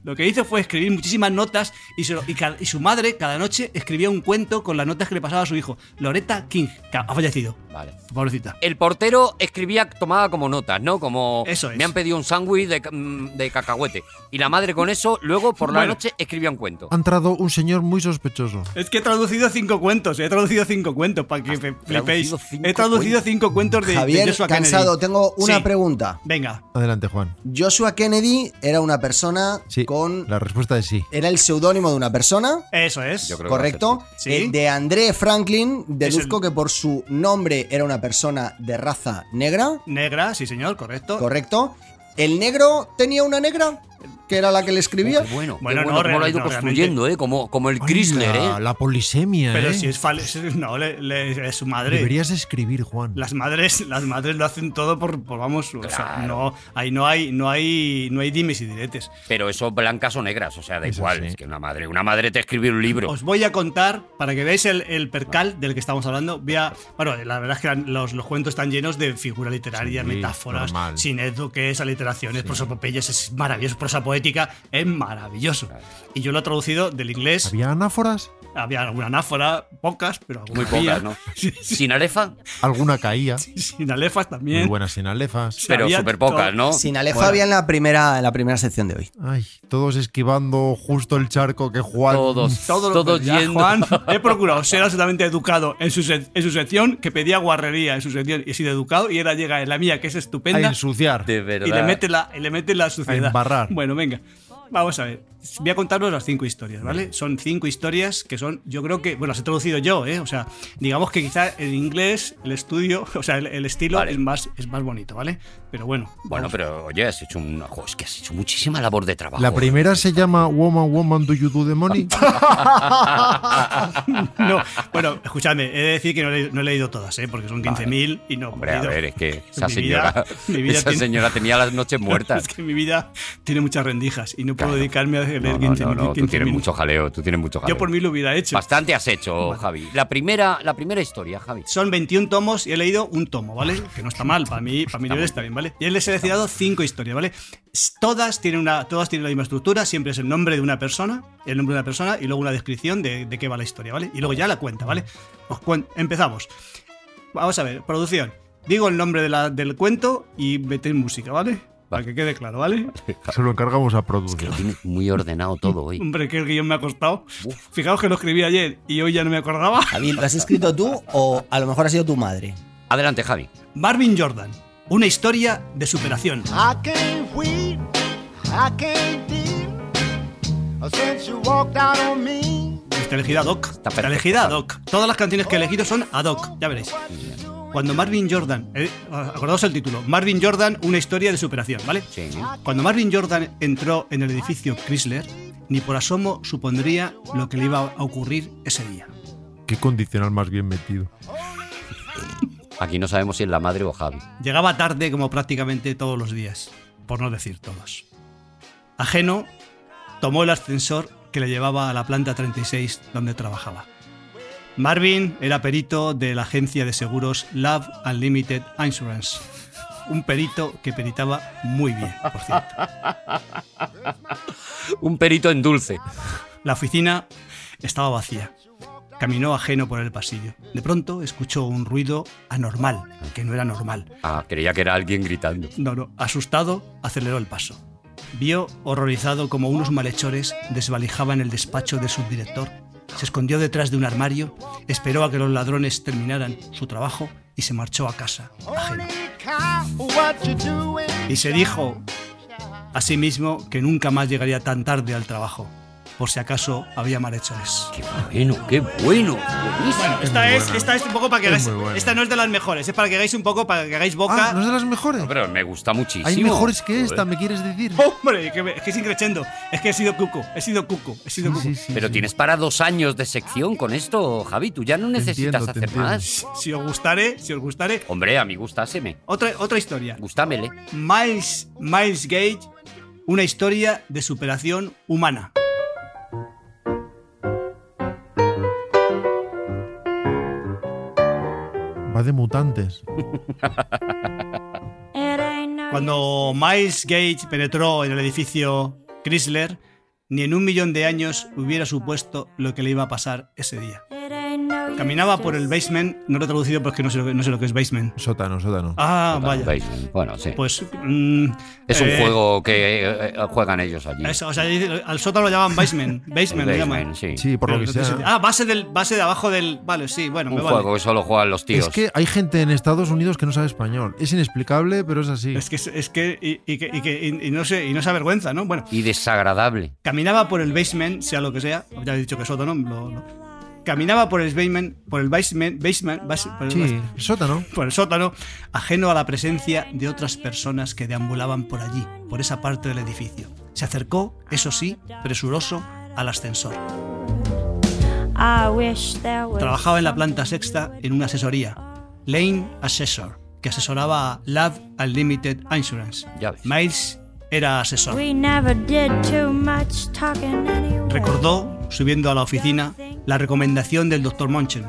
Lo que hizo fue escribir muchísimas notas y su, y ca- y su madre cada noche escribía un cuento con las notas que le pasaba a su hijo, Loretta King, que ha fallecido. Vale. Pobrecita. El portero escribía, tomaba como notas, ¿no? Como Eso es. me han pedido un sándwich de, ca- mm, de cacahuete. Y la madre con eso, luego por la Bueno. noche escribía un cuento. Ha entrado un señor muy sospechoso. Es que he traducido cinco cuentos, he traducido cinco cuentos para que fe- flipéis. traducido cinco He traducido cuentos. cinco cuentos de, de Javier, Joshua Kennedy. cansado, tengo una Sí, pregunta. Venga, Adelante, Juan. Joshua Kennedy era una persona Sí. con. La respuesta es sí. Era el seudónimo de una persona. eso es. Yo creo que va a ser Correcto. sí. Eh, Sí. De André Franklin, deduzco el- que por su nombre era una persona de raza negra. Negra, sí señor, correcto. Correcto. ¿El negro tenía una negra? ¿Que era la que le escribía? Oh, Qué bueno, qué bueno Bueno, no, cómo lo ha ido realmente, no, construyendo, ¿eh? Como, como el Chrysler, ¿eh? La, la polisemia, Pero ¿eh? si es fal si- no, le- le- es su madre. Deberías escribir, Juan. Las madres, las madres lo hacen todo por, por, vamos, o sea, no, ahí no hay, no hay, no hay dimes y diretes. Pero eso blancas o negras, o sea, da Eso igual. sí. Es que una madre, una madre te escribe un libro. Os voy a contar, para que veáis el, el percal del que estamos hablando, voy a- bueno, la verdad es que los, los cuentos están llenos de figuras literarias, Sí, metáforas, normal. sinéduques, aliteraciones, prosopopeyas, es maravilloso, prosa poética, es maravilloso. Y yo lo he traducido del inglés, ¿Había anáforas? había alguna anáfora, pocas, pero alguna Muy pocas, había. ¿no? Sí, sí, Sin alefa, ¿Alguna caía? sin alefas Muy también. buenas sinalefas. pero Había súper pocas, todo- ¿no? Sin Alejo Bueno. había en la, primera, en la primera sección de hoy. Ay, todos esquivando justo el charco que Juan... Todos, Todo todos, lo- Ya, yendo. Juan, he procurado ser absolutamente educado en su, sec- en su sección, que pedía guarrería en su sección y he sido educado, y ahora llega en la mía, que es A estupenda, ensuciar. De verdad. y le mete la, y le mete la suciedad. embarrar. Bueno, venga, vamos a ver. Voy a contaros las cinco historias, ¿vale? Son cinco historias que son, yo creo que, bueno, las he traducido yo, ¿eh? O sea, digamos que quizá en inglés el estudio, o sea, el, el estilo Vale. es, más, es más bonito, ¿vale? Pero bueno. Bueno, vamos. pero oye, has hecho un. jo, es que has hecho muchísima labor de trabajo. La primera se llama Woman, Woman, Do You Do The Money? No, bueno, escuchadme, he de decir que no, le- no he leído todas, ¿eh? Porque son 15.000 y no he Hombre, a podido. ver, es que esa Mi señora, vida- mi vida esa tiene- señora tenía las noches muertas. Es que mi vida tiene muchas rendijas y no puedo Claro. dedicarme a leer No, no, 15 no, no, tú 15 tienes mil. mucho jaleo, tú tienes mucho jaleo. Yo por mí lo hubiera hecho. Bastante has hecho, Javi. La primera, la primera historia, Javi. Son 21 tomos y he leído un tomo, ¿vale? Que no está mal, para mí, para mí nivel Ah, está bien, ¿vale? Y les he seleccionado cinco historias, ¿vale? S- Todas tienen, una, todas tienen la misma estructura, siempre es el nombre de una persona, el nombre de una persona y luego una descripción de, de qué va la historia, ¿vale? Y luego ya la cuenta, ¿vale? Os cuen- empezamos. Vamos a ver, producción. Digo el nombre de la- del cuento y metéis música, ¿vale? Para que quede claro, ¿vale? se lo encargamos a ¿eh? Que producción. lo tienes muy ordenado todo hoy. Hombre, que el guión me ha costado. Fijaos que lo escribí ayer y hoy ya no me acordaba. Javier, ¿lo has escrito tú o a lo mejor ha sido tu madre? Adelante, Javi. Marvin Jordan, una historia de superación. I can't weep, I can't deal since you walked out on me. Está elegida ad hoc. Está, perfecto, elegida ad Javi. hoc. Todas las canciones que he elegido son ad hoc, ya veréis. Cuando Marvin Jordan, eh, acordaos el título, Marvin Jordan, una historia de superación, ¿vale? Sí. Cuando Marvin Jordan entró en el edificio Chrysler, ni por asomo supondría lo que le iba a ocurrir ese día. Qué condicional más bien metido. Aquí no sabemos si es la madre o Javi. Llegaba tarde como prácticamente todos los días, por no decir todos. Ajeno, tomó el ascensor que le llevaba a la planta 36 donde trabajaba. Marvin era perito de la agencia de seguros Love Unlimited Insurance. Un perito que peritaba muy bien, por cierto. Un perito en dulce. La oficina estaba vacía. Caminó ajeno por el pasillo. De pronto escuchó un ruido anormal, que no era normal. Ah, creía que era alguien gritando. No, no. Asustado, aceleró el paso. Vio, horrorizado, como unos malhechores desvalijaban el despacho del subdirector. Se escondió detrás de un armario, esperó a que los ladrones terminaran su trabajo y se marchó a casa. ajeno. Y se dijo a sí mismo que nunca más llegaría tan tarde al trabajo, por si acaso había malhechores. Bueno, qué bueno. Bueno, esta es, esta es un poco para que Es hagáis. muy buena. Esta no es de las mejores, es para que hagáis un poco, para que hagáis boca. Ah, ¿no es de las mejores? Pero me gusta muchísimo. Hay mejores que esta, Joder. ¿me quieres decir? Hombre, que, me- es que es increchendo. Es que he sido cuco, he sido cuco, he sido cuco. Sí, sí, Pero sí. tienes para dos años de sección con esto, Javi. Tú ya no necesitas entiendo, te hacer entiendo. más. Si os gustare, si os gustare. Hombre, a mí gustáseme. Otra, otra historia. Gustámele. Miles, Miles Gage, una historia de superación humana. Va de mutantes. Cuando Miles Gage penetró en el edificio Chrysler, ni en un millón de años hubiera supuesto lo que le iba a pasar ese día. Caminaba por el basement, no lo he traducido porque no sé lo que, no sé lo que es basement. Sótano, sótano. Ah, vaya. ¿Veis? Bueno, sí. Pues. mm, es un eh, juego que eh, eh, juegan ellos allí. eso, o sea, dice- al sótano lo llaman basement. El Basement lo basement, llaman. sí. Sí, por lo que Pero sea. no tiene sentido. Ah, base, del, base de abajo del. Vale, sí, bueno, Un me vale. juego que solo juegan los tíos. Es que hay gente en Estados Unidos que no sabe español. Es inexplicable, pero es así. Es que. Es que, y, y que, y que- y- y no se, y no se avergüenza, ¿no? Bueno, Y desagradable. Caminaba por el basement, sea lo que sea, ya he dicho que es sótano, lo- lo- caminaba por el basement, por el basement, basement, bas- por el, Sí, bas- sótano. por el sótano, ajeno a la presencia de otras personas que deambulaban por allí, por esa parte del edificio. Se acercó, eso sí, presuroso, al ascensor. Pues Trabajaba en la planta sexta en una asesoría, Lane Assessor, que asesoraba a Lab Unlimited Insurance. Ya ves. Miles era asesor. Recordó, subiendo a la oficina, la recomendación del doctor Monchen.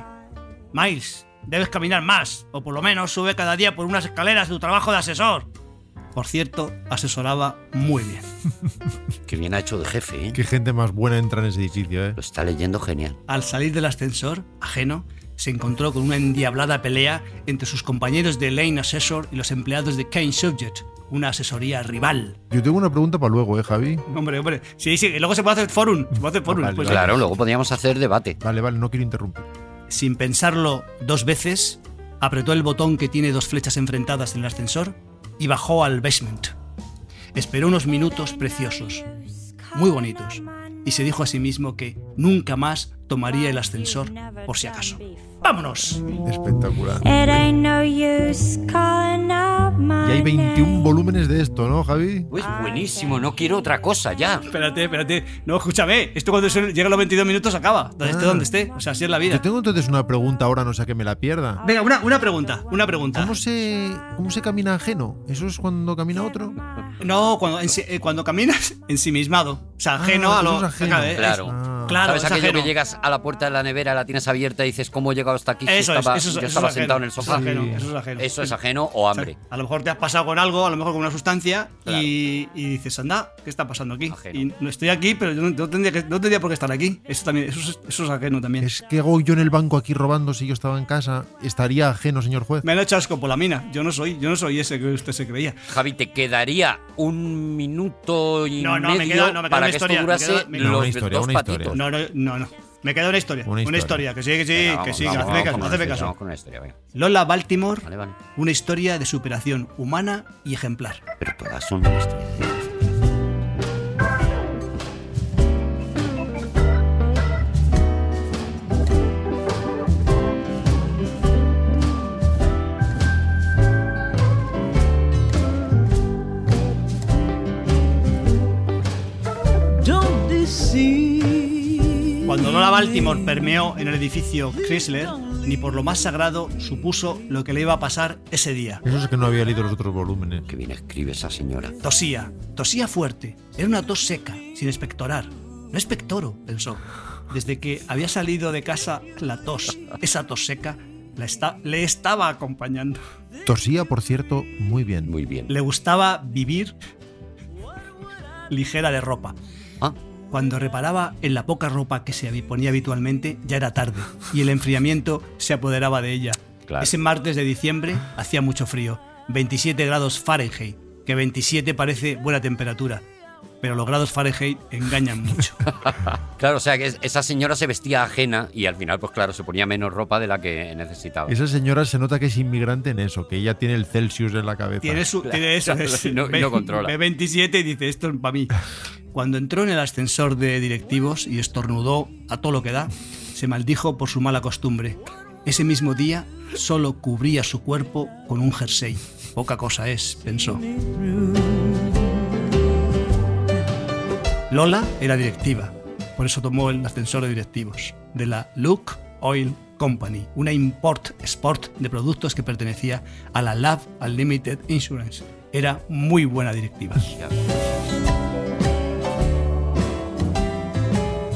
Miles, debes caminar más, o por lo menos sube cada día por unas escaleras de tu trabajo de asesor. Por cierto, asesoraba muy bien. Que bien ha hecho de jefe, ¿eh? Qué gente más buena entra en ese edificio, ¿eh? Lo está leyendo genial. Al salir del ascensor, ajeno, se encontró con una endiablada pelea entre sus compañeros de Lane Assessor y los empleados de Kane Subject, una asesoría rival. Yo tengo una pregunta para luego, ¿eh, Javi? Hombre, hombre, sí, sí, y luego se puede hacer forum, se puede hacer forum. pues Vale, después. vale. Claro, luego podríamos hacer debate. Vale, vale, no quiero interrumpir. Sin pensarlo dos veces, apretó el botón que tiene dos flechas enfrentadas en el ascensor y bajó al basement. Esperó unos minutos preciosos, muy bonitos, y se dijo a sí mismo que nunca más tomaría el ascensor por si acaso. ¡Vámonos! Espectacular. Y Y hay 21 volúmenes de esto, ¿no, Javi? Pues buenísimo, no quiero otra cosa ya. Espérate, espérate. No, escúchame. Esto cuando suene- llega a los 22 minutos acaba. Donde esté, Ah. donde esté. O sea, así es la Yo vida. tengo entonces una pregunta ahora, no sea que me la pierda. Venga, una, una pregunta. Una pregunta. ¿Cómo se, ¿Cómo se camina ajeno? ¿Eso es cuando camina otro? No, cuando, ensi- eh, cuando caminas ensimismado. O sea, ajeno Ah, a los... eso es ajeno. Claro. Ah. claro ¿Sabes es aquello ajeno. que llegas a la puerta de la nevera, la tienes abierta y dices, ¿cómo he llegado hasta aquí? Si Eso es, estaba, eso es- yo eso es estaba ajeno, sentado en el eso es sofá. ajeno, eso es ajeno. Eso es ajeno o O sea, hambre. A lo mejor te has pasado con algo, a lo mejor con una sustancia, Claro. y, y dices, anda, ¿qué está pasando aquí? Ajeno. Y no estoy aquí, pero yo no, no tendría que- no tendría por qué estar aquí. Eso también, eso es, eso es ajeno también. Es que hago yo en el banco aquí robando si yo estaba en casa. Estaría ajeno, señor juez. Me han hecho asco por la mina. Yo no soy, yo no soy ese que usted se creía. Javi, te quedaría un minuto y No, no, me medio queda- no, me queda para una que historia, esto me durase queda- me queda- los No, una historia, dos una historia. patitos. No, no, no, no. Me queda una historia. Una Una historia, historia. que sí, que sí, Pues Venga, vamos, que sí, vamos, haz vamos caso, con una hazme historia, caso. vamos con una historia, venga. Lola Baltimore, Vale, vale. una historia de superación humana y ejemplar. Pero todas son una historia. Cuando Lola Baltimore permeó en el edificio Chrysler, ni por lo más sagrado supuso lo que le iba a pasar ese día. Eso es que no había leído los otros volúmenes. Qué bien escribe esa señora. Tosía, tosía fuerte. Era una tos seca, sin espectorar. No espectoro, pensó. Desde que había salido de casa, la tos, esa tos seca, la esta- le estaba acompañando. Tosía, por cierto, muy bien. Muy bien. Le gustaba vivir ligera de ropa. Ah, Cuando reparaba en la poca ropa que se ponía habitualmente, ya era tarde y el enfriamiento se apoderaba de ella. Claro. Ese martes de diciembre hacía mucho frío, 27 grados Fahrenheit, que 27 parece buena temperatura. pero los grados Fahrenheit engañan mucho. Claro, o sea, que es- esa señora se vestía ajena y al final, pues claro, se ponía menos ropa de la que necesitaba. Esa señora se nota que es inmigrante en eso, que ella tiene el Celsius en la cabeza. Tiene, su, tiene eso. claro, es- y no- y ve- no controla. Ve 27 y dice, esto es para mí. Cuando entró en el ascensor de directivos y estornudó a todo lo que da, se maldijo por su mala costumbre. Ese mismo día solo cubría su cuerpo con un jersey. Poca cosa es, pensó. Lola era directiva, por eso tomó el ascensor de directivos de la Luke Oil Company, una import-export de productos que pertenecía a la Lab Unlimited Insurance. Era muy buena directiva.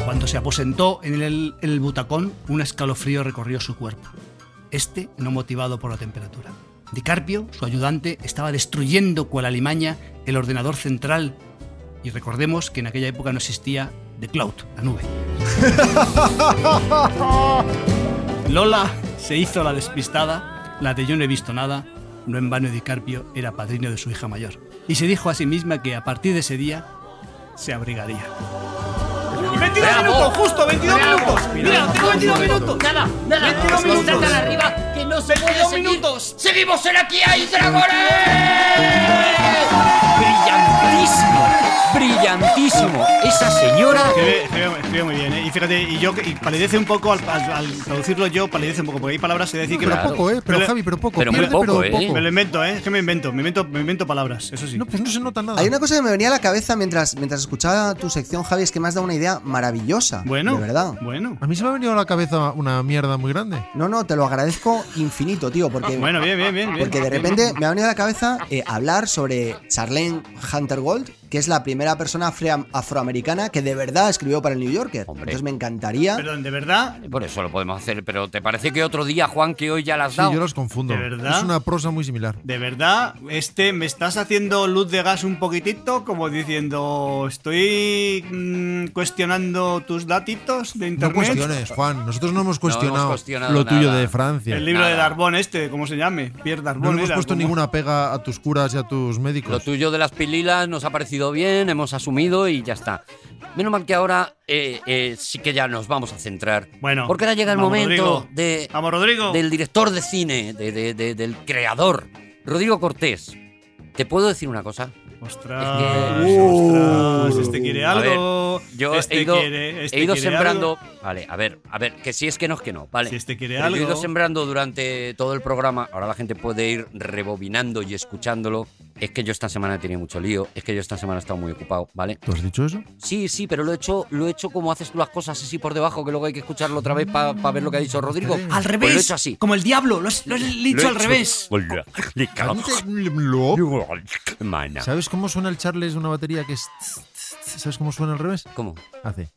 Cuando se aposentó en el, en el butacón, un escalofrío recorrió su cuerpo. Este no motivado por la temperatura. Dicarpio, su ayudante, estaba destruyendo cual alimaña el ordenador central y recordemos que en aquella época no existía The Cloud, la nube. Lola se hizo la despistada, la de yo no he visto nada, no en vano Edicarpio era padrino de su hija mayor. Y se dijo a sí misma que a partir de ese día se abrigaría. ¡22 minutos, justo! ¡22 minutos! ¡Mira, tengo 22 minutos! Nada, nada, Veintidós vamos minutos. tan arriba que no se puede 22 seguir. minutos. ¡Seguimos en Aquí hay dragones! Brillantísimo, brillantísimo. Esa señora. Escribe, escribe- escribe muy bien, ¿eh? Y fíjate, y yo y palidece un poco al, al- al traducirlo yo, palidece un poco, porque hay palabras que decir que Pero Claro. poco, ¿eh? Pero Pero- Javi, pero poco. pero muy Pierde, poco, pero ¿eh? me, poco. me lo invento, ¿eh? Es que me invento, me invento, me invento palabras, eso sí. No, pues no se nota nada. Hay una cosa que me venía a la cabeza mientras, mientras escuchaba tu sección, Javi, es que me has dado una idea maravillosa. bueno, De verdad. bueno. A mí se me ha venido a la cabeza una mierda muy grande. No, no, te lo agradezco infinito, tío, porque, Ah, Bueno, bien, bien, bien. bien. porque de repente me ha venido a la cabeza eh, hablar sobre Charlene Hunter Gold, que es la primera persona afro- afroamericana que de verdad escribió para el New Yorker. Hombre. Entonces me encantaría. Perdón, de verdad, Por eso lo podemos hacer, pero ¿te parece que otro día, Juan, que hoy ya las has Sí, dado? yo los confundo. ¿De verdad? Es una prosa muy similar. de verdad, este me estás haciendo luz de gas un poquitito, como diciendo, estoy mm, cuestionando tus datitos de No internet. cuestiones, Juan. Nosotros no hemos cuestionado, cuestionado lo tuyo nada. de Francia. el libro de Nada. Darbón este, ¿cómo se llame? Pierre Darbón. No le hemos era, puesto ¿cómo? ninguna pega a tus curas y a tus Lo médicos. tuyo de las pililas nos ha parecido bien, hemos asumido y ya está. Menos mal que ahora eh, eh, sí que ya nos vamos a centrar. Bueno, Porque ahora llega el vamos, momento Rodrigo. de, Vamos, Rodrigo. del director de cine, de- de- de- del creador, Rodrigo Cortés. ¿Te puedo decir una cosa? Ostras, Es Uh. que- ostras, este quiere A ver, algo. Yo este he ido, quiere, este he ido quiere sembrando. algo. Vale, a ver, a ver, que si es que no es que no, vale. Si este quiere Pero Yo he ido algo. sembrando durante todo el programa. Ahora la gente puede ir rebobinando y escuchándolo. Es que yo esta semana he tenido mucho lío. Es que yo esta semana he estado muy ocupado, ¿vale? ¿Tú has dicho eso? Sí, sí, pero lo he hecho, lo he hecho como haces tú las cosas así por debajo, que luego hay que escucharlo otra vez para ver lo que ha dicho Rodrigo. Al Pues revés. lo he hecho así. Como el diablo, lo has, lo has dicho Lo he al hecho- revés. Hola, le cago. Mana. ¿Sabes cómo suena el Charles de una batería que es... ¿Sabes cómo suena al revés? ¿Cómo? Hace.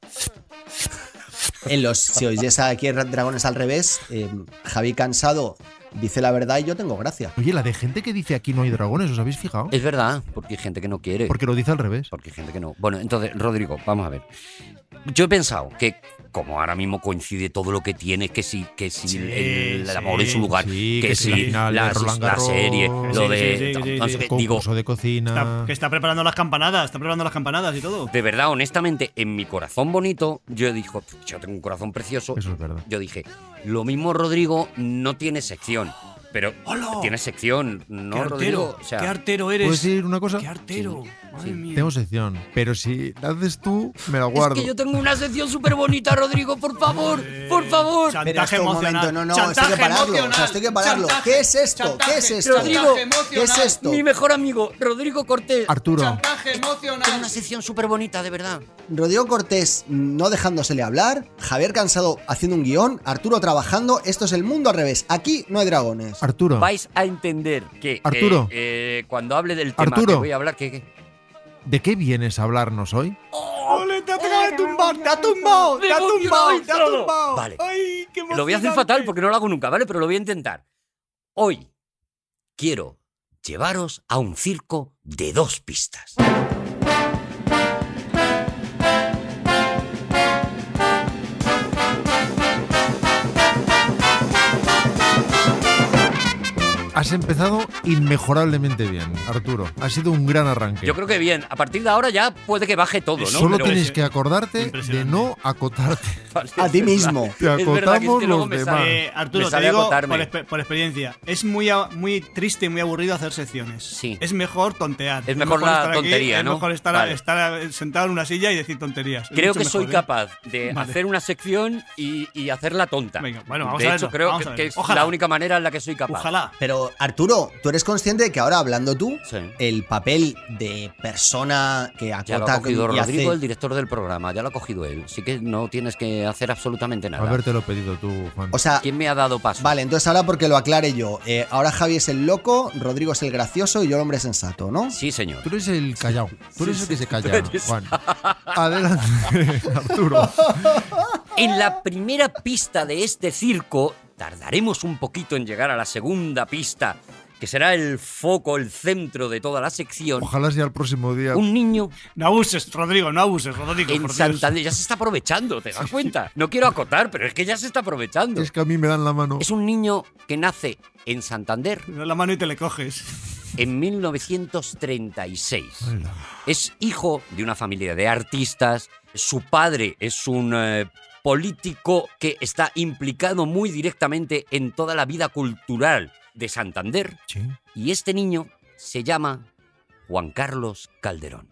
En los, si oyes aquí Dragones al revés, eh, Javi Cansado dice la verdad y yo tengo gracia. Oye, la de gente que dice aquí no hay dragones, ¿os habéis fijado? Es verdad, porque hay gente que no quiere. Porque lo dice al revés. Porque hay gente que no. Bueno, entonces, Rodrigo, vamos a ver. Yo he pensado que, como ahora mismo coincide todo lo que tiene, que sí, que si Sí, el, el amor en sí, su lugar, sí, que, que si si la final de la, Roland la Garros, serie, sí, lo sí, de. sí, sí, no sí, sé sí. qué, Eh, digo, Concurso de Está- cocina... que está preparando las campanadas, está preparando las campanadas y todo. de verdad, honestamente, en mi corazón bonito, yo dijo, yo tengo un corazón precioso. Eso es verdad. Yo dije, lo mismo Rodrigo no tiene sección, pero tiene sección, ¿no, qué artero, Rodrigo? O sea, qué artero eres. ¿Puedo decir una cosa? Qué artero. Madre mía. Tengo sección, pero si la haces tú, me la es guardo. que yo tengo una sección súper bonita, Rodrigo, por favor, por favor. Pero Chantaje esto un emocional. momento, no, no, esto hay chantaje que pararlo. emocional. O sea, esto hay que pararlo. chantaje, ¿Qué es esto? chantaje, ¿Qué es esto? chantaje ¿Qué es emocional, esto? Mi mejor amigo, Rodrigo Cortés. Arturo, Chantaje Tengo emocional. una sección súper bonita, de verdad. Rodrigo Cortés no dejándosele hablar, Javier Cansado haciendo un guión, Arturo trabajando. Esto es el mundo al revés. Aquí no hay dragones. Arturo, Vais a entender que eh, Arturo. eh, cuando hable del tema Arturo. que voy a hablar, que, que- ¿de qué vienes a hablarnos hoy? Ole, te acaba de tumbar, te ha tumbado, te ha tumbado, te ha tumbado. Vale. Ay, qué lo voy a hacer emocionante. fatal porque no lo hago nunca, ¿vale? Pero lo voy a intentar. Hoy quiero llevaros a un circo de dos pistas. ¿Has Has empezado inmejorablemente bien, Arturo. Ha sido un gran arranque. Yo creo que bien. A partir de ahora ya puede que baje todo, ¿no? Solo Pero- tienes que acordarte de Impresionante. no acotarte. Vale. A ti mismo. Te Es verdad que es acotamos que luego los me demás. sale- Eh, Arturo, Me te sale digo por, acotarme. exper- por experiencia, es muy, a- muy triste y muy aburrido hacer secciones. Sí. Es mejor tontear. Es mejor la estar aquí, tontería, ¿no? Es mejor estar, Vale. estar sentado en una silla y decir tonterías. Es Creo mucho que soy mejor, ¿eh? capaz de Vale. hacer una sección y, y hacerla tonta. Venga, bueno, vamos de a hecho, verlo, creo vamos que, a que verlo. es Ojalá. la única manera en la que soy capaz. Ojalá. Pero Arturo, tú eres consciente de que ahora hablando tú, Sí. el papel de persona que Ya lo acota ha cogido y Rodrigo, hace- el director del programa. Ya lo ha cogido él. Así que no tienes que hacer absolutamente nada. Habértelo pedido tú, Juan. O sea, ¿Quién me ha dado paso? vale, entonces ahora porque lo aclare yo. eh, ahora Javi es el loco, Rodrigo es el gracioso y yo el hombre sensato, ¿no? Sí, señor. Tú eres el callao. Tú eres el que se calla, eres- Juan. Adelante, Arturo. En la primera pista de este circo, tardaremos un poquito en llegar a la segunda pista, que será el foco, el centro de toda la sección. Ojalá sea el próximo día. Un niño No abuses, Rodrigo, no abuses, Rodrigo. en por Dios. Santander. Ya se está aprovechando, ¿te das cuenta? No quiero acotar, pero es que ya se está aprovechando. Es que a mí me dan la mano. Es un niño que nace en Santander Le das la mano y te le coges. en 1936. Hola. Es hijo de una familia de artistas. Su padre es un eh, político que está implicado muy directamente en toda la vida cultural de Santander. Sí. Y este niño se llama Juan Carlos Calderón.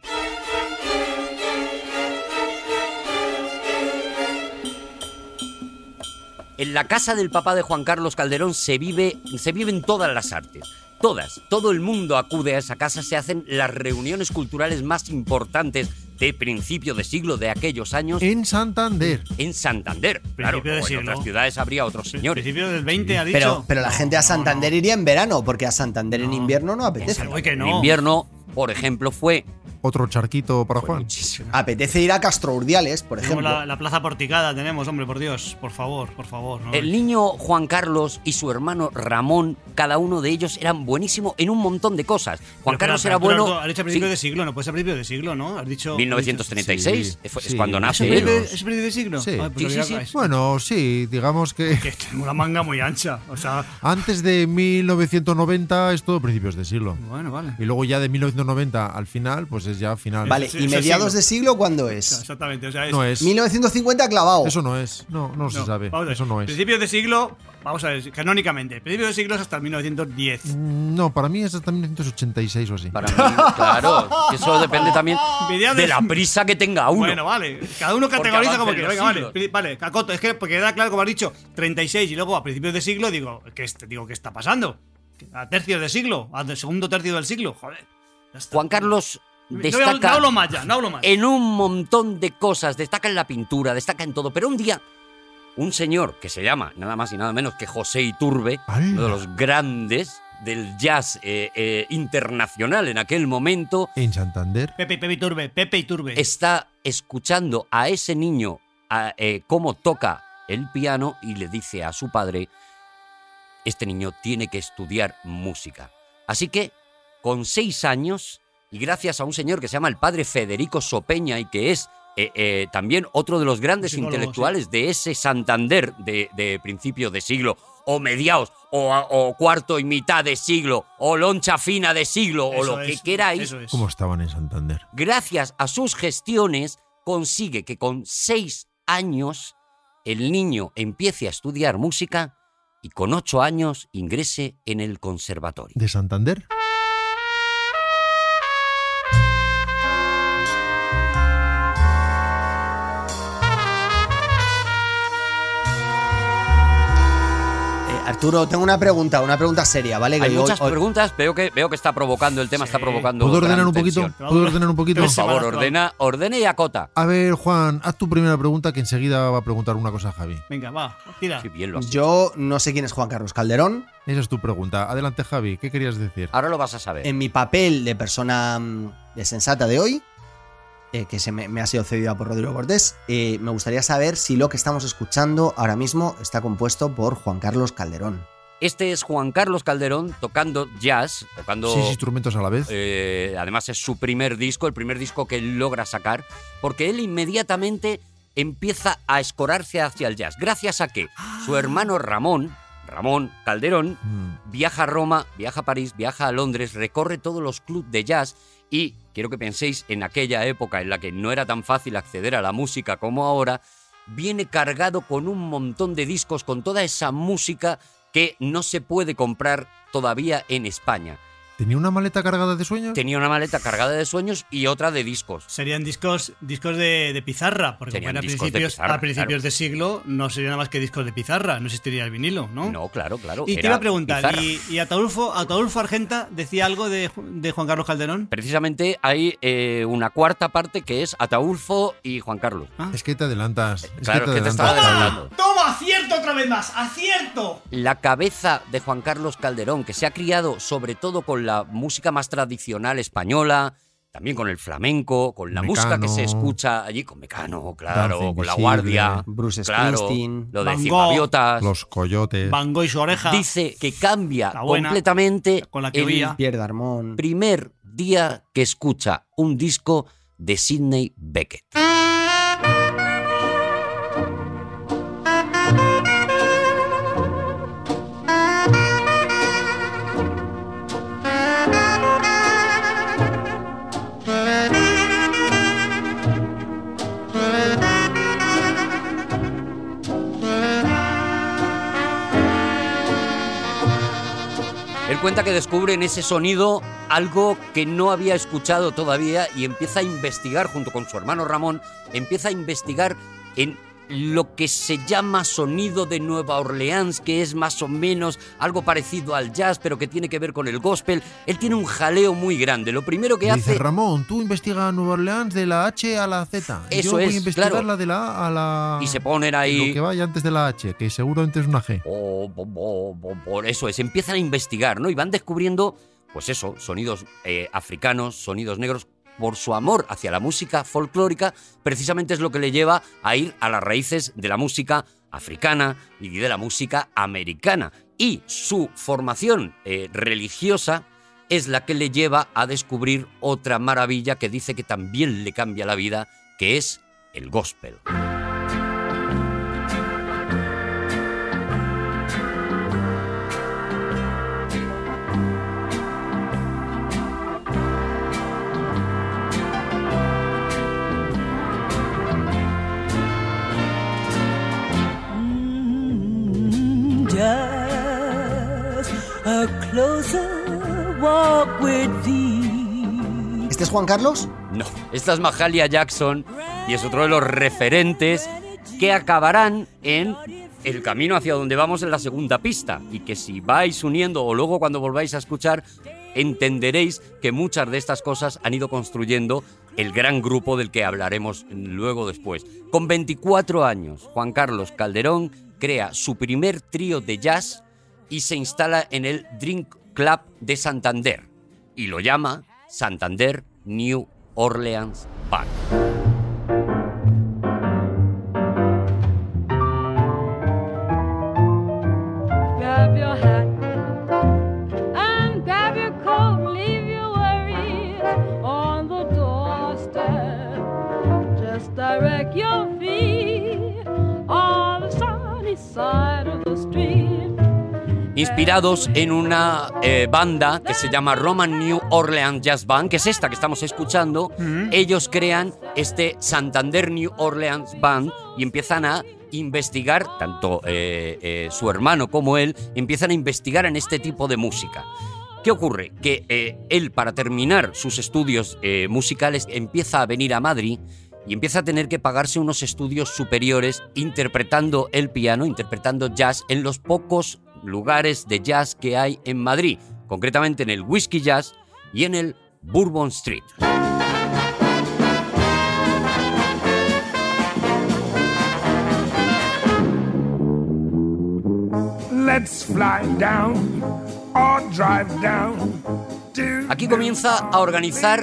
En la casa del papá de Juan Carlos Calderón se, vive, se viven todas las artes. Todas, todo el mundo acude a esa casa, se hacen las reuniones culturales más importantes de principio de siglo de aquellos años En Santander. en Santander. Claro, Eh. Principio de luego en siglo. otras ciudades habría otros señores. Principio del 20 ha dicho. Pero, pero la gente a Santander iría en verano, porque a Santander en No. invierno no Es apetece. algo que En no. invierno, por ejemplo, fue Otro charquito para Juan. Apetece ir a Castro Urdiales, por Tenemos ejemplo. la, la plaza porticada tenemos, hombre, por Dios. Por favor, por favor. ¿no? El niño Juan Carlos y su hermano Ramón, cada uno de ellos eran buenísimo en un montón de cosas. Juan Pero, pero, Carlos pero, era Arturo, bueno. Arturo, Has dicho a principio sí, de siglo, no puede ser a principio de siglo, ¿no? Has dicho. 1936 Sí, fue- es sí, cuando ¿Es a nace. principio, él. de- es a principio de siglo? Sí. Ay, pues Sí, lo sí, voy a- sí. Bueno, sí, digamos que Que tengo una manga muy ancha. O sea. antes de 1990 es todo principios de siglo. Bueno, vale. Y luego ya de 1990 al final, pues es ya final. Vale, Sí, sí, ¿y mediados sí. de siglo cuándo O sea, es? Exactamente. O sea, es, No es. 1950 clavado. Eso no es. No, no, se no, sabe. vamos a ver, Eso no es. Principios de siglo, vamos a ver, canónicamente. Principios de siglo es hasta 1910. Mm, No, para mí es hasta 1986 o así. Para mí, claro. que Eso depende también Mediados- de la prisa que tenga uno. Bueno, vale. Cada uno categoriza avancen como que. los Venga, vale. siglos. pri- Vale, Cacoto, es que porque queda claro, como has dicho, 36 y luego a principios de siglo digo, ¿qué, es- digo, ¿qué está pasando? A tercios de siglo, al segundo tercio del siglo, joder. ya está. Juan Carlos No, no, no destaca hablo más ya, no hablo más. en un montón de cosas, destaca en la pintura, destaca en todo. Pero un día, un señor que se llama nada más y nada menos que José Iturbe, ¡Hala! uno de los grandes del jazz eh, eh, internacional en aquel momento, En Santander. Pepe, Pepe Turbe, Pepe y Turbe. está escuchando a ese niño a, eh, cómo toca el piano y le dice a su padre, este niño tiene que estudiar música. Así que, con seis años, y gracias a un señor que se llama el padre Federico Sopeña y que es eh, eh, también otro de los grandes Psicólogo, intelectuales de ese Santander de, de principios de siglo, o mediados, o, a- o cuarto y mitad de siglo, o loncha fina de siglo, o Eso lo que es, queráis, Eso es. ¿Cómo estaban en Santander? gracias a sus gestiones, consigue que con seis años el niño empiece a estudiar música y con ocho años ingrese en el conservatorio. ¿De Santander? Eh, Arturo, tengo una pregunta, una pregunta seria, ¿vale? Que Hay yo- muchas hoy- preguntas, veo que, veo que está provocando, el tema Sí. está provocando. ¿Puedo gran ordenar un poquito? tensión. ¿Puedo ordenar un poquito? Por favor, Semana actual. ordena, ordena y acota. A ver, Juan, haz tu primera pregunta que enseguida va a preguntar una cosa a Javi. Venga, va, tira. Sí, bien lo has hecho. Yo no sé quién es Juan Carlos Calderón. Esa es tu pregunta. Adelante, Javi. ¿Qué querías decir? Ahora lo vas a saber. En mi papel de persona mm, de sensata de hoy, eh, que se me, me ha sido cedida por Rodrigo Cortés, eh, me gustaría saber si lo que estamos escuchando ahora mismo está compuesto por Juan Carlos Calderón. Este es Juan Carlos Calderón tocando jazz, tocando Seis instrumentos a la vez. Eh, además es su primer disco, el primer disco que él logra sacar, porque él inmediatamente empieza a escorarse hacia el jazz. Gracias a que su hermano Ramón, Ramón Calderón, Mm. viaja a Roma, viaja a París, viaja a Londres, recorre todos los clubs de jazz y quiero que penséis en aquella época en la que no era tan fácil acceder a la música como ahora, viene cargado con un montón de discos, con toda esa música que no se puede comprar todavía en España. ¿Tenía una maleta cargada de sueños? Tenía una maleta cargada de sueños y otra de discos. Serían discos, discos de, de pizarra, porque Serían bueno, a discos de principios, pizarra, a principios claro. de siglo no sería nada más que discos de pizarra, no existiría el vinilo, ¿no? No, claro, claro. Y te era iba a preguntar, pizarra. ¿y, y Ataulfo, Ataulfo Argenta decía algo de, Ju- de Juan Carlos Calderón? Precisamente hay eh, una cuarta parte que es Ataulfo y Juan Carlos. Es que te adelantas. Es claro, que es te que te adelantas. estaba Javi. adelantando. ¡Toma, acierto otra vez más! ¡Acierto! La cabeza de Juan Carlos Calderón, que se ha criado sobre todo con la música más tradicional española, también con el flamenco, con la música que se Mecano. escucha allí, con Mecano, claro, Danza con La Invisible, Guardia, Bruce claro, Springsteen, lo de Van Gogh, Cimaviotas. Los coyotes. Van Gogh y su oreja. Dice que cambia La buena, completamente con la que el oía. Pierre Darmon. primer día que escucha un disco de Sidney Beckett. Él cuenta que descubre en ese sonido algo que no había escuchado todavía y empieza a investigar junto con su hermano Ramón, empieza a investigar en lo que se llama sonido de Nueva Orleans, que es más o menos algo parecido al jazz, pero que tiene que ver con el gospel. Él tiene un jaleo muy grande. Lo primero que Y Dice hace Ramón, tú investiga Nueva Orleans de la H a la Z. Eso Yo voy es, a investigar claro. la de la A a la. y se ponen Lo ahí que vaya antes de la H, que seguro antes es una G. Oh, bo, bo, bo, bo. Eso es, empiezan a investigar, ¿no? Y van descubriendo, pues eso, sonidos eh, africanos, sonidos negros, por su amor hacia la música folclórica, precisamente es lo que le lleva a ir a las raíces de la música africana y de la música americana. Y su formación eh, religiosa es la que le lleva a descubrir otra maravilla que dice que también le cambia la vida, que es el gospel. Just a closer walk with thee. ¿Este es Juan Carlos? No, esta es Mahalia Jackson y es otro de los referentes que acabarán en el camino hacia donde vamos en la segunda pista y que si vais uniendo o luego cuando volváis a escuchar entenderéis que muchas de estas cosas han ido construyendo el gran grupo del que hablaremos luego después. Con 24 años, Juan Carlos Calderón crea su primer trío de jazz y se instala en el Drink Club de Santander y lo llama Santander New Orleans Bank. Grab your hat and grab your coat, leave your worries on the doorstep. Just direct your feet on the sunny side of the street. Inspirados en una eh, banda que se llama Roman New Orleans Jazz Band, que es esta que estamos escuchando, ellos crean este Santander New Orleans Band y empiezan a investigar, tanto eh, eh, su hermano como él, empiezan a investigar en este tipo de música. ¿Qué ocurre? Que eh, él, para terminar sus estudios eh, musicales, empieza a venir a Madrid y empieza a tener que pagarse unos estudios superiores interpretando el piano, interpretando jazz en los pocos lugares de jazz que hay en Madrid, concretamente en el Whiskey Jazz y en el Bourbon Street. Let's fly down or drive down to Aquí comienza a organizar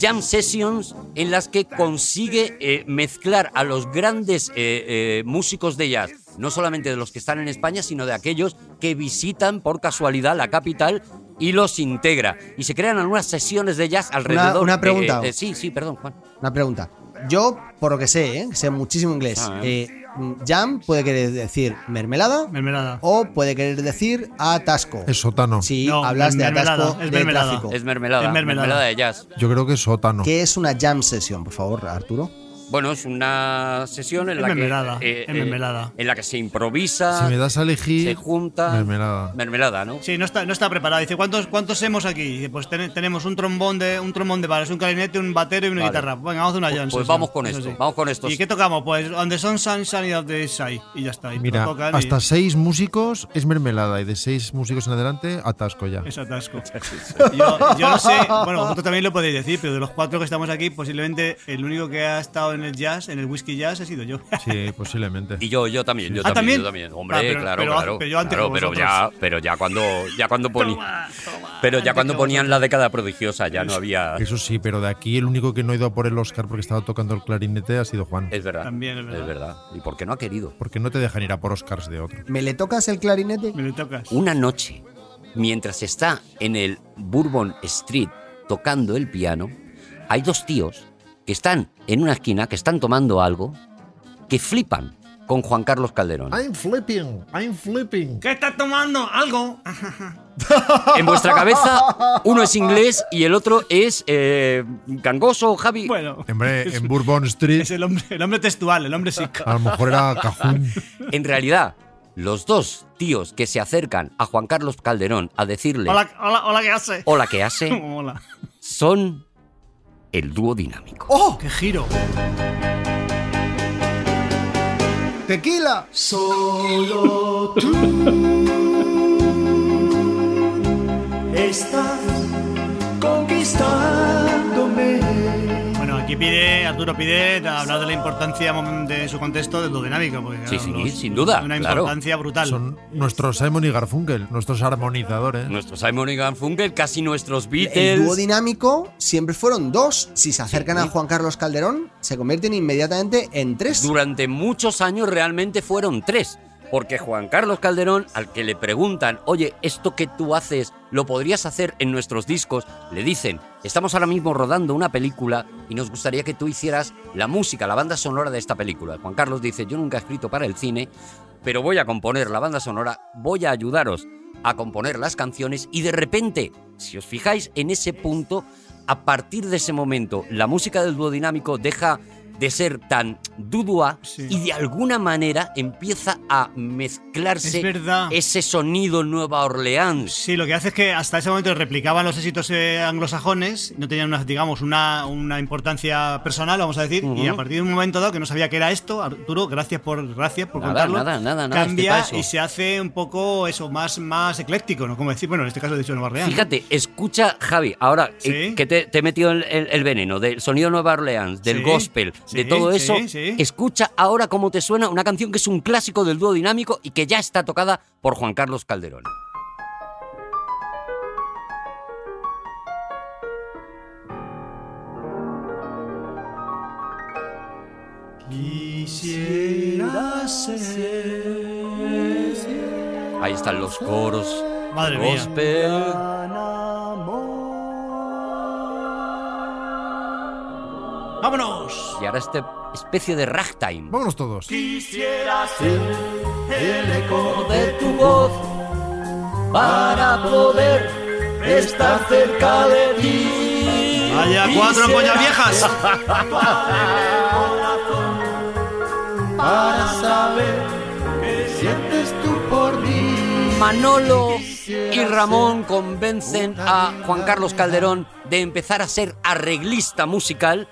jam sessions en las que consigue eh, mezclar a los grandes eh, eh, músicos de jazz, no solamente de los que están en España, sino de aquellos que visitan por casualidad la capital y los integra. Y se crean algunas sesiones de jazz alrededor. una de- pregunta. de- sí, sí, perdón, Juan. Una pregunta. Yo, por lo que sé, ¿eh? sé muchísimo inglés. Ah, eh, mm, jam puede querer decir mermelada. Mermelada. O puede querer decir atasco. Es sótano. Si hablas de atasco de tráfico. Es mermelada. Es mermelada. mermelada de jazz. Yo creo que es sótano. ¿Qué es una jam session, por favor, Arturo? Bueno, es una sesión en Es la mermelada, que eh, es mermelada. en la que se improvisa, Si me das a elegir. se junta Mermelada. mermelada, ¿no? Sí, no está, no está preparado. Dice, ¿cuántos, cuántos hemos aquí? Dice, pues ten- tenemos un trombón de un trombón de bares, un clarinete, un batero y una Vale. guitarra. Venga, vamos a una Pues- Johnson. pues vamos con esto, vamos con estos. ¿Y qué tocamos? Pues On the Sun, Sunshine of the Side. Y ya está. Y Mira, no tocan y- hasta seis músicos es mermelada y de seis músicos en adelante atasco ya. Es atasco. Yo, yo no sé, bueno, vosotros también lo podéis decir, pero de los cuatro que estamos aquí, posiblemente el único que ha estado en el jazz, en el whisky jazz, ha sido yo. Sí, posiblemente. Y yo, yo también, yo Ah, también, yo ¿también? también. Hombre, Ah, pero- claro, pero- claro. pero yo antes claro, que pero ya, vosotros. pero ya cuando, ya cuando ponían, pero ya cuando ponían la década prodigiosa ya no Ah. había. Eso sí, pero de aquí el único que no ha ido a por el Oscar porque estaba tocando el clarinete ha sido Eh. Juan. Es verdad. También es verdad. ¿Y por qué no ha querido? Porque no te dejan ir a por Oscars de otro. ¿Me le tocas el clarinete? Me le tocas. Una noche, mientras está en el Bourbon Street tocando el piano, hay dos tíos que están en una esquina, que están tomando algo, que flipan con Juan Carlos Calderón. I'm flipping, I'm flipping. ¿Qué estás tomando? ¿Algo? En vuestra cabeza, uno es inglés y el otro es eh, gangoso, Javi. Bueno, Hombre, en Bourbon Street es el hombre, el hombre textual, el hombre psico. a lo mejor era Cajún. En realidad, los dos tíos que se acercan a Juan Carlos Calderón a decirle Hola, hola, hola, ¿qué hace? hola que hace Hola. son el dúo dinámico. ¡Oh! ¡Qué giro! ¡Tequila! Solo tú estás conquistándome. Bueno, aquí pide, Arturo pide hablar de la importancia mom- de su contexto de lo dinámico. Porque, Sí, claro, sí, sin duda, Una claro. importancia brutal. Son nuestros Simon y Garfunkel, nuestros armonizadores. Nuestros Simon y Garfunkel, casi nuestros El dúo Beatles. dinámico siempre fueron dos. Si se acercan a Juan Carlos Calderón, se convierten inmediatamente en tres. Durante muchos años realmente fueron tres. Porque Juan Carlos Calderón, al que le preguntan, oye, esto que tú haces, ¿lo podrías hacer en nuestros discos? Le dicen, estamos ahora mismo rodando una película y nos gustaría que tú hicieras la música, la banda sonora de esta película. Juan Carlos dice, yo nunca he escrito para el cine, pero voy a componer la banda sonora, voy a ayudaros a componer las canciones y de repente, si os fijáis en ese punto, a partir de ese momento, la música del dúo dinámico deja de ser tan dudua Sí. y de alguna manera empieza a mezclarse Es verdad. ese sonido Nueva Orleans. Sí, lo que hace es que hasta ese momento replicaban los éxitos eh, anglosajones, no tenían una, digamos, una, una importancia personal, vamos a decir, y a partir de un momento dado que no sabía que era esto, Arturo, gracias por gracias por Nada, contarlo. nada, nada, nada, este cambia estoy pa' eso. y se hace un poco eso más más ecléctico, ¿no? Como decir, bueno, en este caso de hecho Nueva Orleans. ¿no? Fíjate, escucha, Javi, ahora Sí. eh, que te, te he metido el, el- el veneno del sonido Nueva Orleans, del Sí, gospel, de sí, todo sí, eso, sí. escucha ahora cómo te suena una canción que es un clásico del dúo dinámico y que ya está tocada por Juan Carlos Calderón. Quisiera ser Ahí están los coros. Madre mía. gospel. tan amor. ¡Vámonos! Y ahora esta especie de ragtime. Vámonos todos. Quisiera ser el eco de tu voz para poder estar cerca de ti. Vaya cuatro Quisiera pollas viejas. para saber qué sientes tú por mí. Manolo y Ramón convencen a Juan Carlos Calderón de empezar a ser arreglista musical.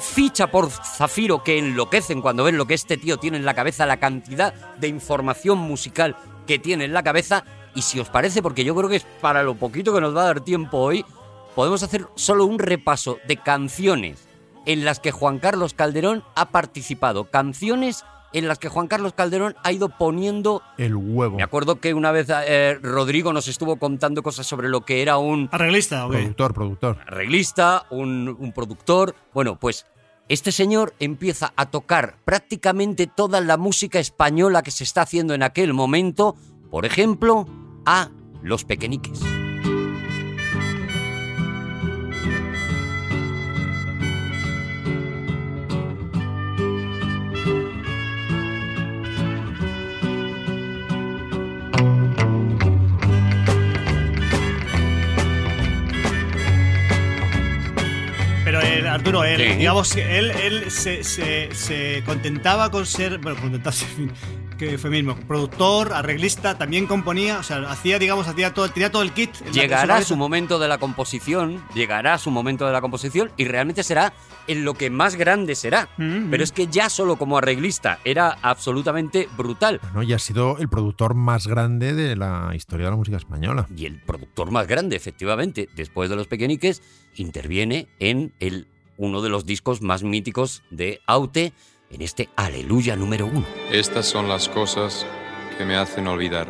Ficha por Zafiro que enloquecen cuando ven lo que este tío tiene en la cabeza, la cantidad de información musical que tiene en la cabeza. Y si os parece, porque yo creo que es para lo poquito que nos va a dar tiempo hoy, podemos hacer solo un repaso de canciones en las que Juan Carlos Calderón ha participado. Canciones en las que Juan Carlos Calderón ha ido poniendo El huevo. me acuerdo que una vez eh, Rodrigo nos estuvo contando cosas sobre lo que era un Arreglista, ok. Productor, productor. arreglista, un, un productor. Bueno, pues este señor empieza a tocar prácticamente toda la música española que se está haciendo en aquel momento, por ejemplo, a Los Pequeñiques. eh, Arturo, él, Sí. digamos que él, él se, se- se contentaba con ser, bueno, contentarse, en fin, que fue mismo, productor, arreglista, también componía, o sea, hacía, digamos, hacía todo, tenía todo el kit. en la- en Llegará cabeza. su momento de la composición, llegará su momento de la composición y realmente será en lo que más grande será. Mm, Pero es que ya solo como arreglista era absolutamente brutal. ¿no? Y ha sido el productor más grande de la historia de la música española. Y el productor más grande, efectivamente, después de Los Pequeñiques, interviene en el, uno de los discos más míticos de Aute, en este Aleluya número uno. Estas son las cosas que me hacen olvidar.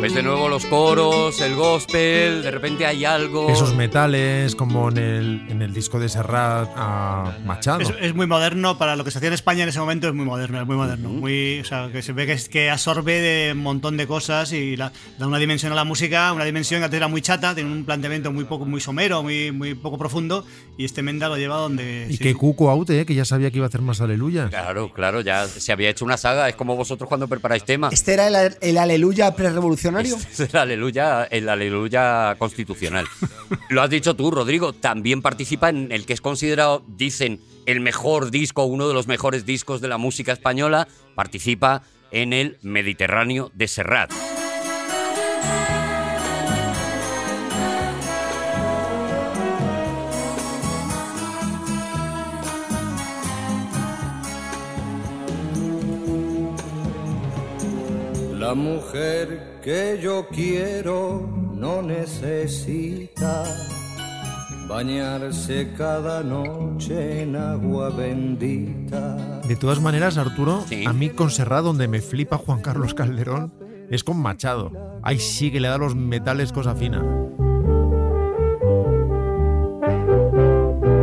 Ves de nuevo los coros, el gospel, de repente hay Oh. algo... Esos metales, como en el, en el disco de Serrat a Machado. Es, es muy moderno, para lo que se hacía en España en ese momento es muy moderno, es muy moderno. muy, o sea, que se ve que, es- que absorbe de un montón de cosas y la- da una dimensión a la música, una dimensión que antes era muy chata, tiene un planteamiento muy poco, muy somero, muy, muy poco profundo, y este Menda lo lleva donde. y sí, que Cuco Aute, eh, que ya sabía que iba a hacer más aleluyas. Claro, claro, ya se había hecho una saga, es como vosotros cuando preparáis temas. ¿Este era el, el aleluya prerevolucionario? Este es el aleluya, el aleluya constitucional. Lo has dicho tú, Rodrigo. También participa en el que es considerado, dicen, el mejor disco, uno de los mejores discos de la música española. Participa en el Mediterráneo de Serrat. La mujer que yo quiero no necesita bañarse cada noche en agua bendita. De todas maneras, Arturo, a mí con Serrat, donde me flipa Juan Carlos Calderón, es con Machado. Ahí sí que le da los metales cosa fina.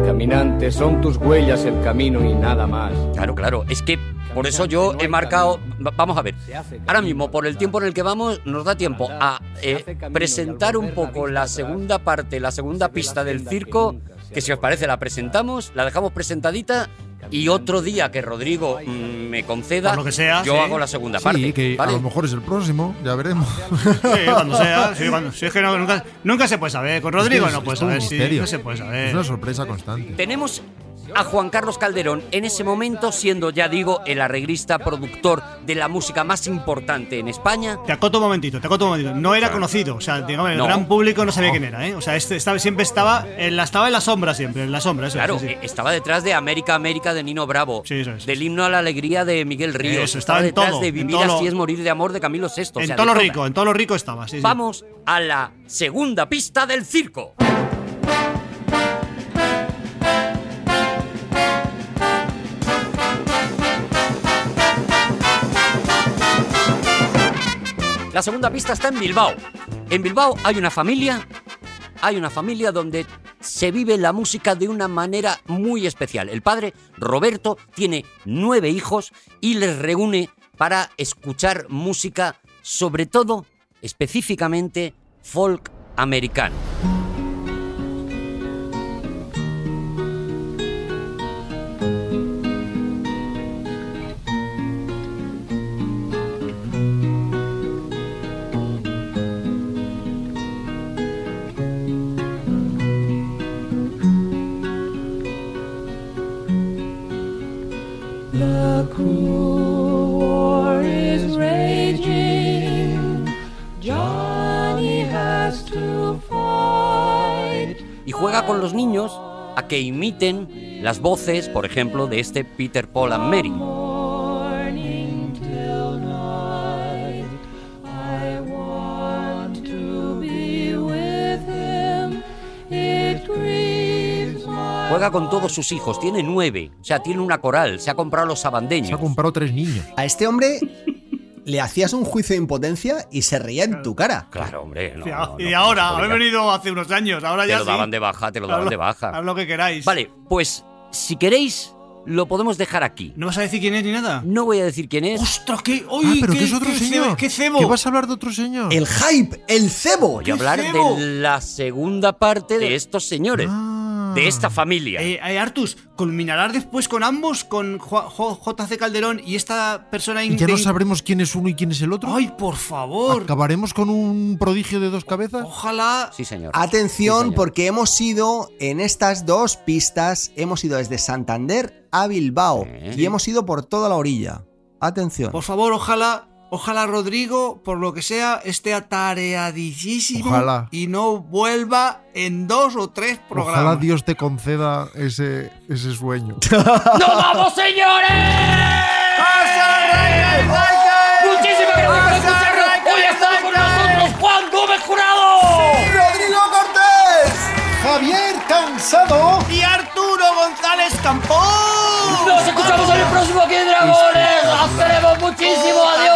Caminante, son tus huellas el camino y nada más. Claro, claro. Es que por eso yo he marcado. va- Vamos a ver. Ahora mismo, por el tiempo en el que vamos, nos da tiempo a eh, presentar un poco la segunda parte, la segunda pista del circo. Que si os parece, la presentamos, la dejamos presentadita. Y otro día que Rodrigo mm, me conceda, Por lo que sea, yo sí. hago la segunda sí, parte. que ¿vale? a lo mejor es el próximo, ya veremos. Sí, cuando sea. sí, cuando- sí, es que no- nunca, nunca se puede saber. Con Rodrigo no pues, puede Es todo un saber. sí, misterio. no se puede saber. Es una sorpresa constante. Tenemos a Juan Carlos Calderón en ese momento siendo, ya digo, el arreglista productor de la música más importante en España. Te acoto un momentito, te acoto un momentito. No era Claro. conocido, o sea, digamos, el No. gran público no sabía No. quién era, ¿eh? O sea, este estaba, siempre estaba en, la, estaba en la sombra, siempre, en la sombra, eso. Claro, sí, sí. eh, estaba detrás de América, América de Nino Bravo, del himno a la alegría de Miguel Ríos, Eso, estaba estaba en detrás todo, de en Vivir todo lo- así es morir de amor de Camilo VI. o en sea, todo de lo todas. rico, en todo lo rico estaba, sí, sí. Vamos a la segunda pista del circo. La segunda pista está en Bilbao. En Bilbao hay una familia, hay una familia donde se vive la música de una manera muy especial. El padre, Roberto, tiene nueve hijos y les reúne para escuchar música, sobre todo, específicamente, folk americano. The cruel war is raging. Johnny has to fight. y juega con los niños a que imiten las voces, por ejemplo, de este Peter, Paul and Mary. Morning till night. I want to be with him. It grieves my Juega con todos sus hijos, tiene nueve, o sea, tiene una coral, se ha comprado los sabandeños. Se ha comprado tres niños. A este hombre le hacías un juicio de impotencia y se reía en tu cara. Claro, hombre, no, Y, no, no, y no ahora, se habéis podía. venido hace unos años, ahora ya Te lo sí. daban de baja, te lo daban Hazlo- de baja. Haz lo que queráis. Vale, pues si queréis, lo podemos dejar aquí. ¿No vas a decir quién es ni nada? No voy a decir quién es. ¡Ostras, qué! ¡Uy, Ah, pero qué, que es otro qué señor. cebo- ¡Qué cebo! ¿Qué vas a hablar de otro señor? El hype, el cebo. Ah. Voy a hablar de la segunda parte de estos señores. de esta familia. Eh, eh, Artus, ¿culminarás después con ambos, con Ju- Jo- JC Calderón y esta persona Y ya no inte- sabremos quién es uno y quién es el otro. Ay, por favor. ¿Acabaremos con un prodigio de dos cabezas? Ojalá. Sí, señor. Atención, porque hemos ido en estas dos pistas, hemos ido desde Santander a Bilbao y hemos ido por toda la orilla. Atención. Por favor, ojalá, ojalá Rodrigo, por lo que sea, esté atareadísimo Ojalá. y no vuelva en dos o tres programas. Ojalá Dios te conceda ese, ese sueño. ¡No vamos, señores! Muchísimas gracias por escucharnos. Hoy ha estado con nosotros Juan Gómez Jurado. Rodrigo Cortés, Javier Cansado y Arturo González Campón. Nos escuchamos en el próximo Aquí en Dragones. Os queremos muchísimo. Adiós.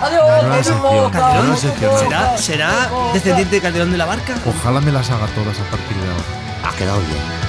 Adiós. Calderón, ¿Será, será descendiente de Calderón de la Barca? Ojalá me las haga todas a partir de ahora. Ha quedado bien.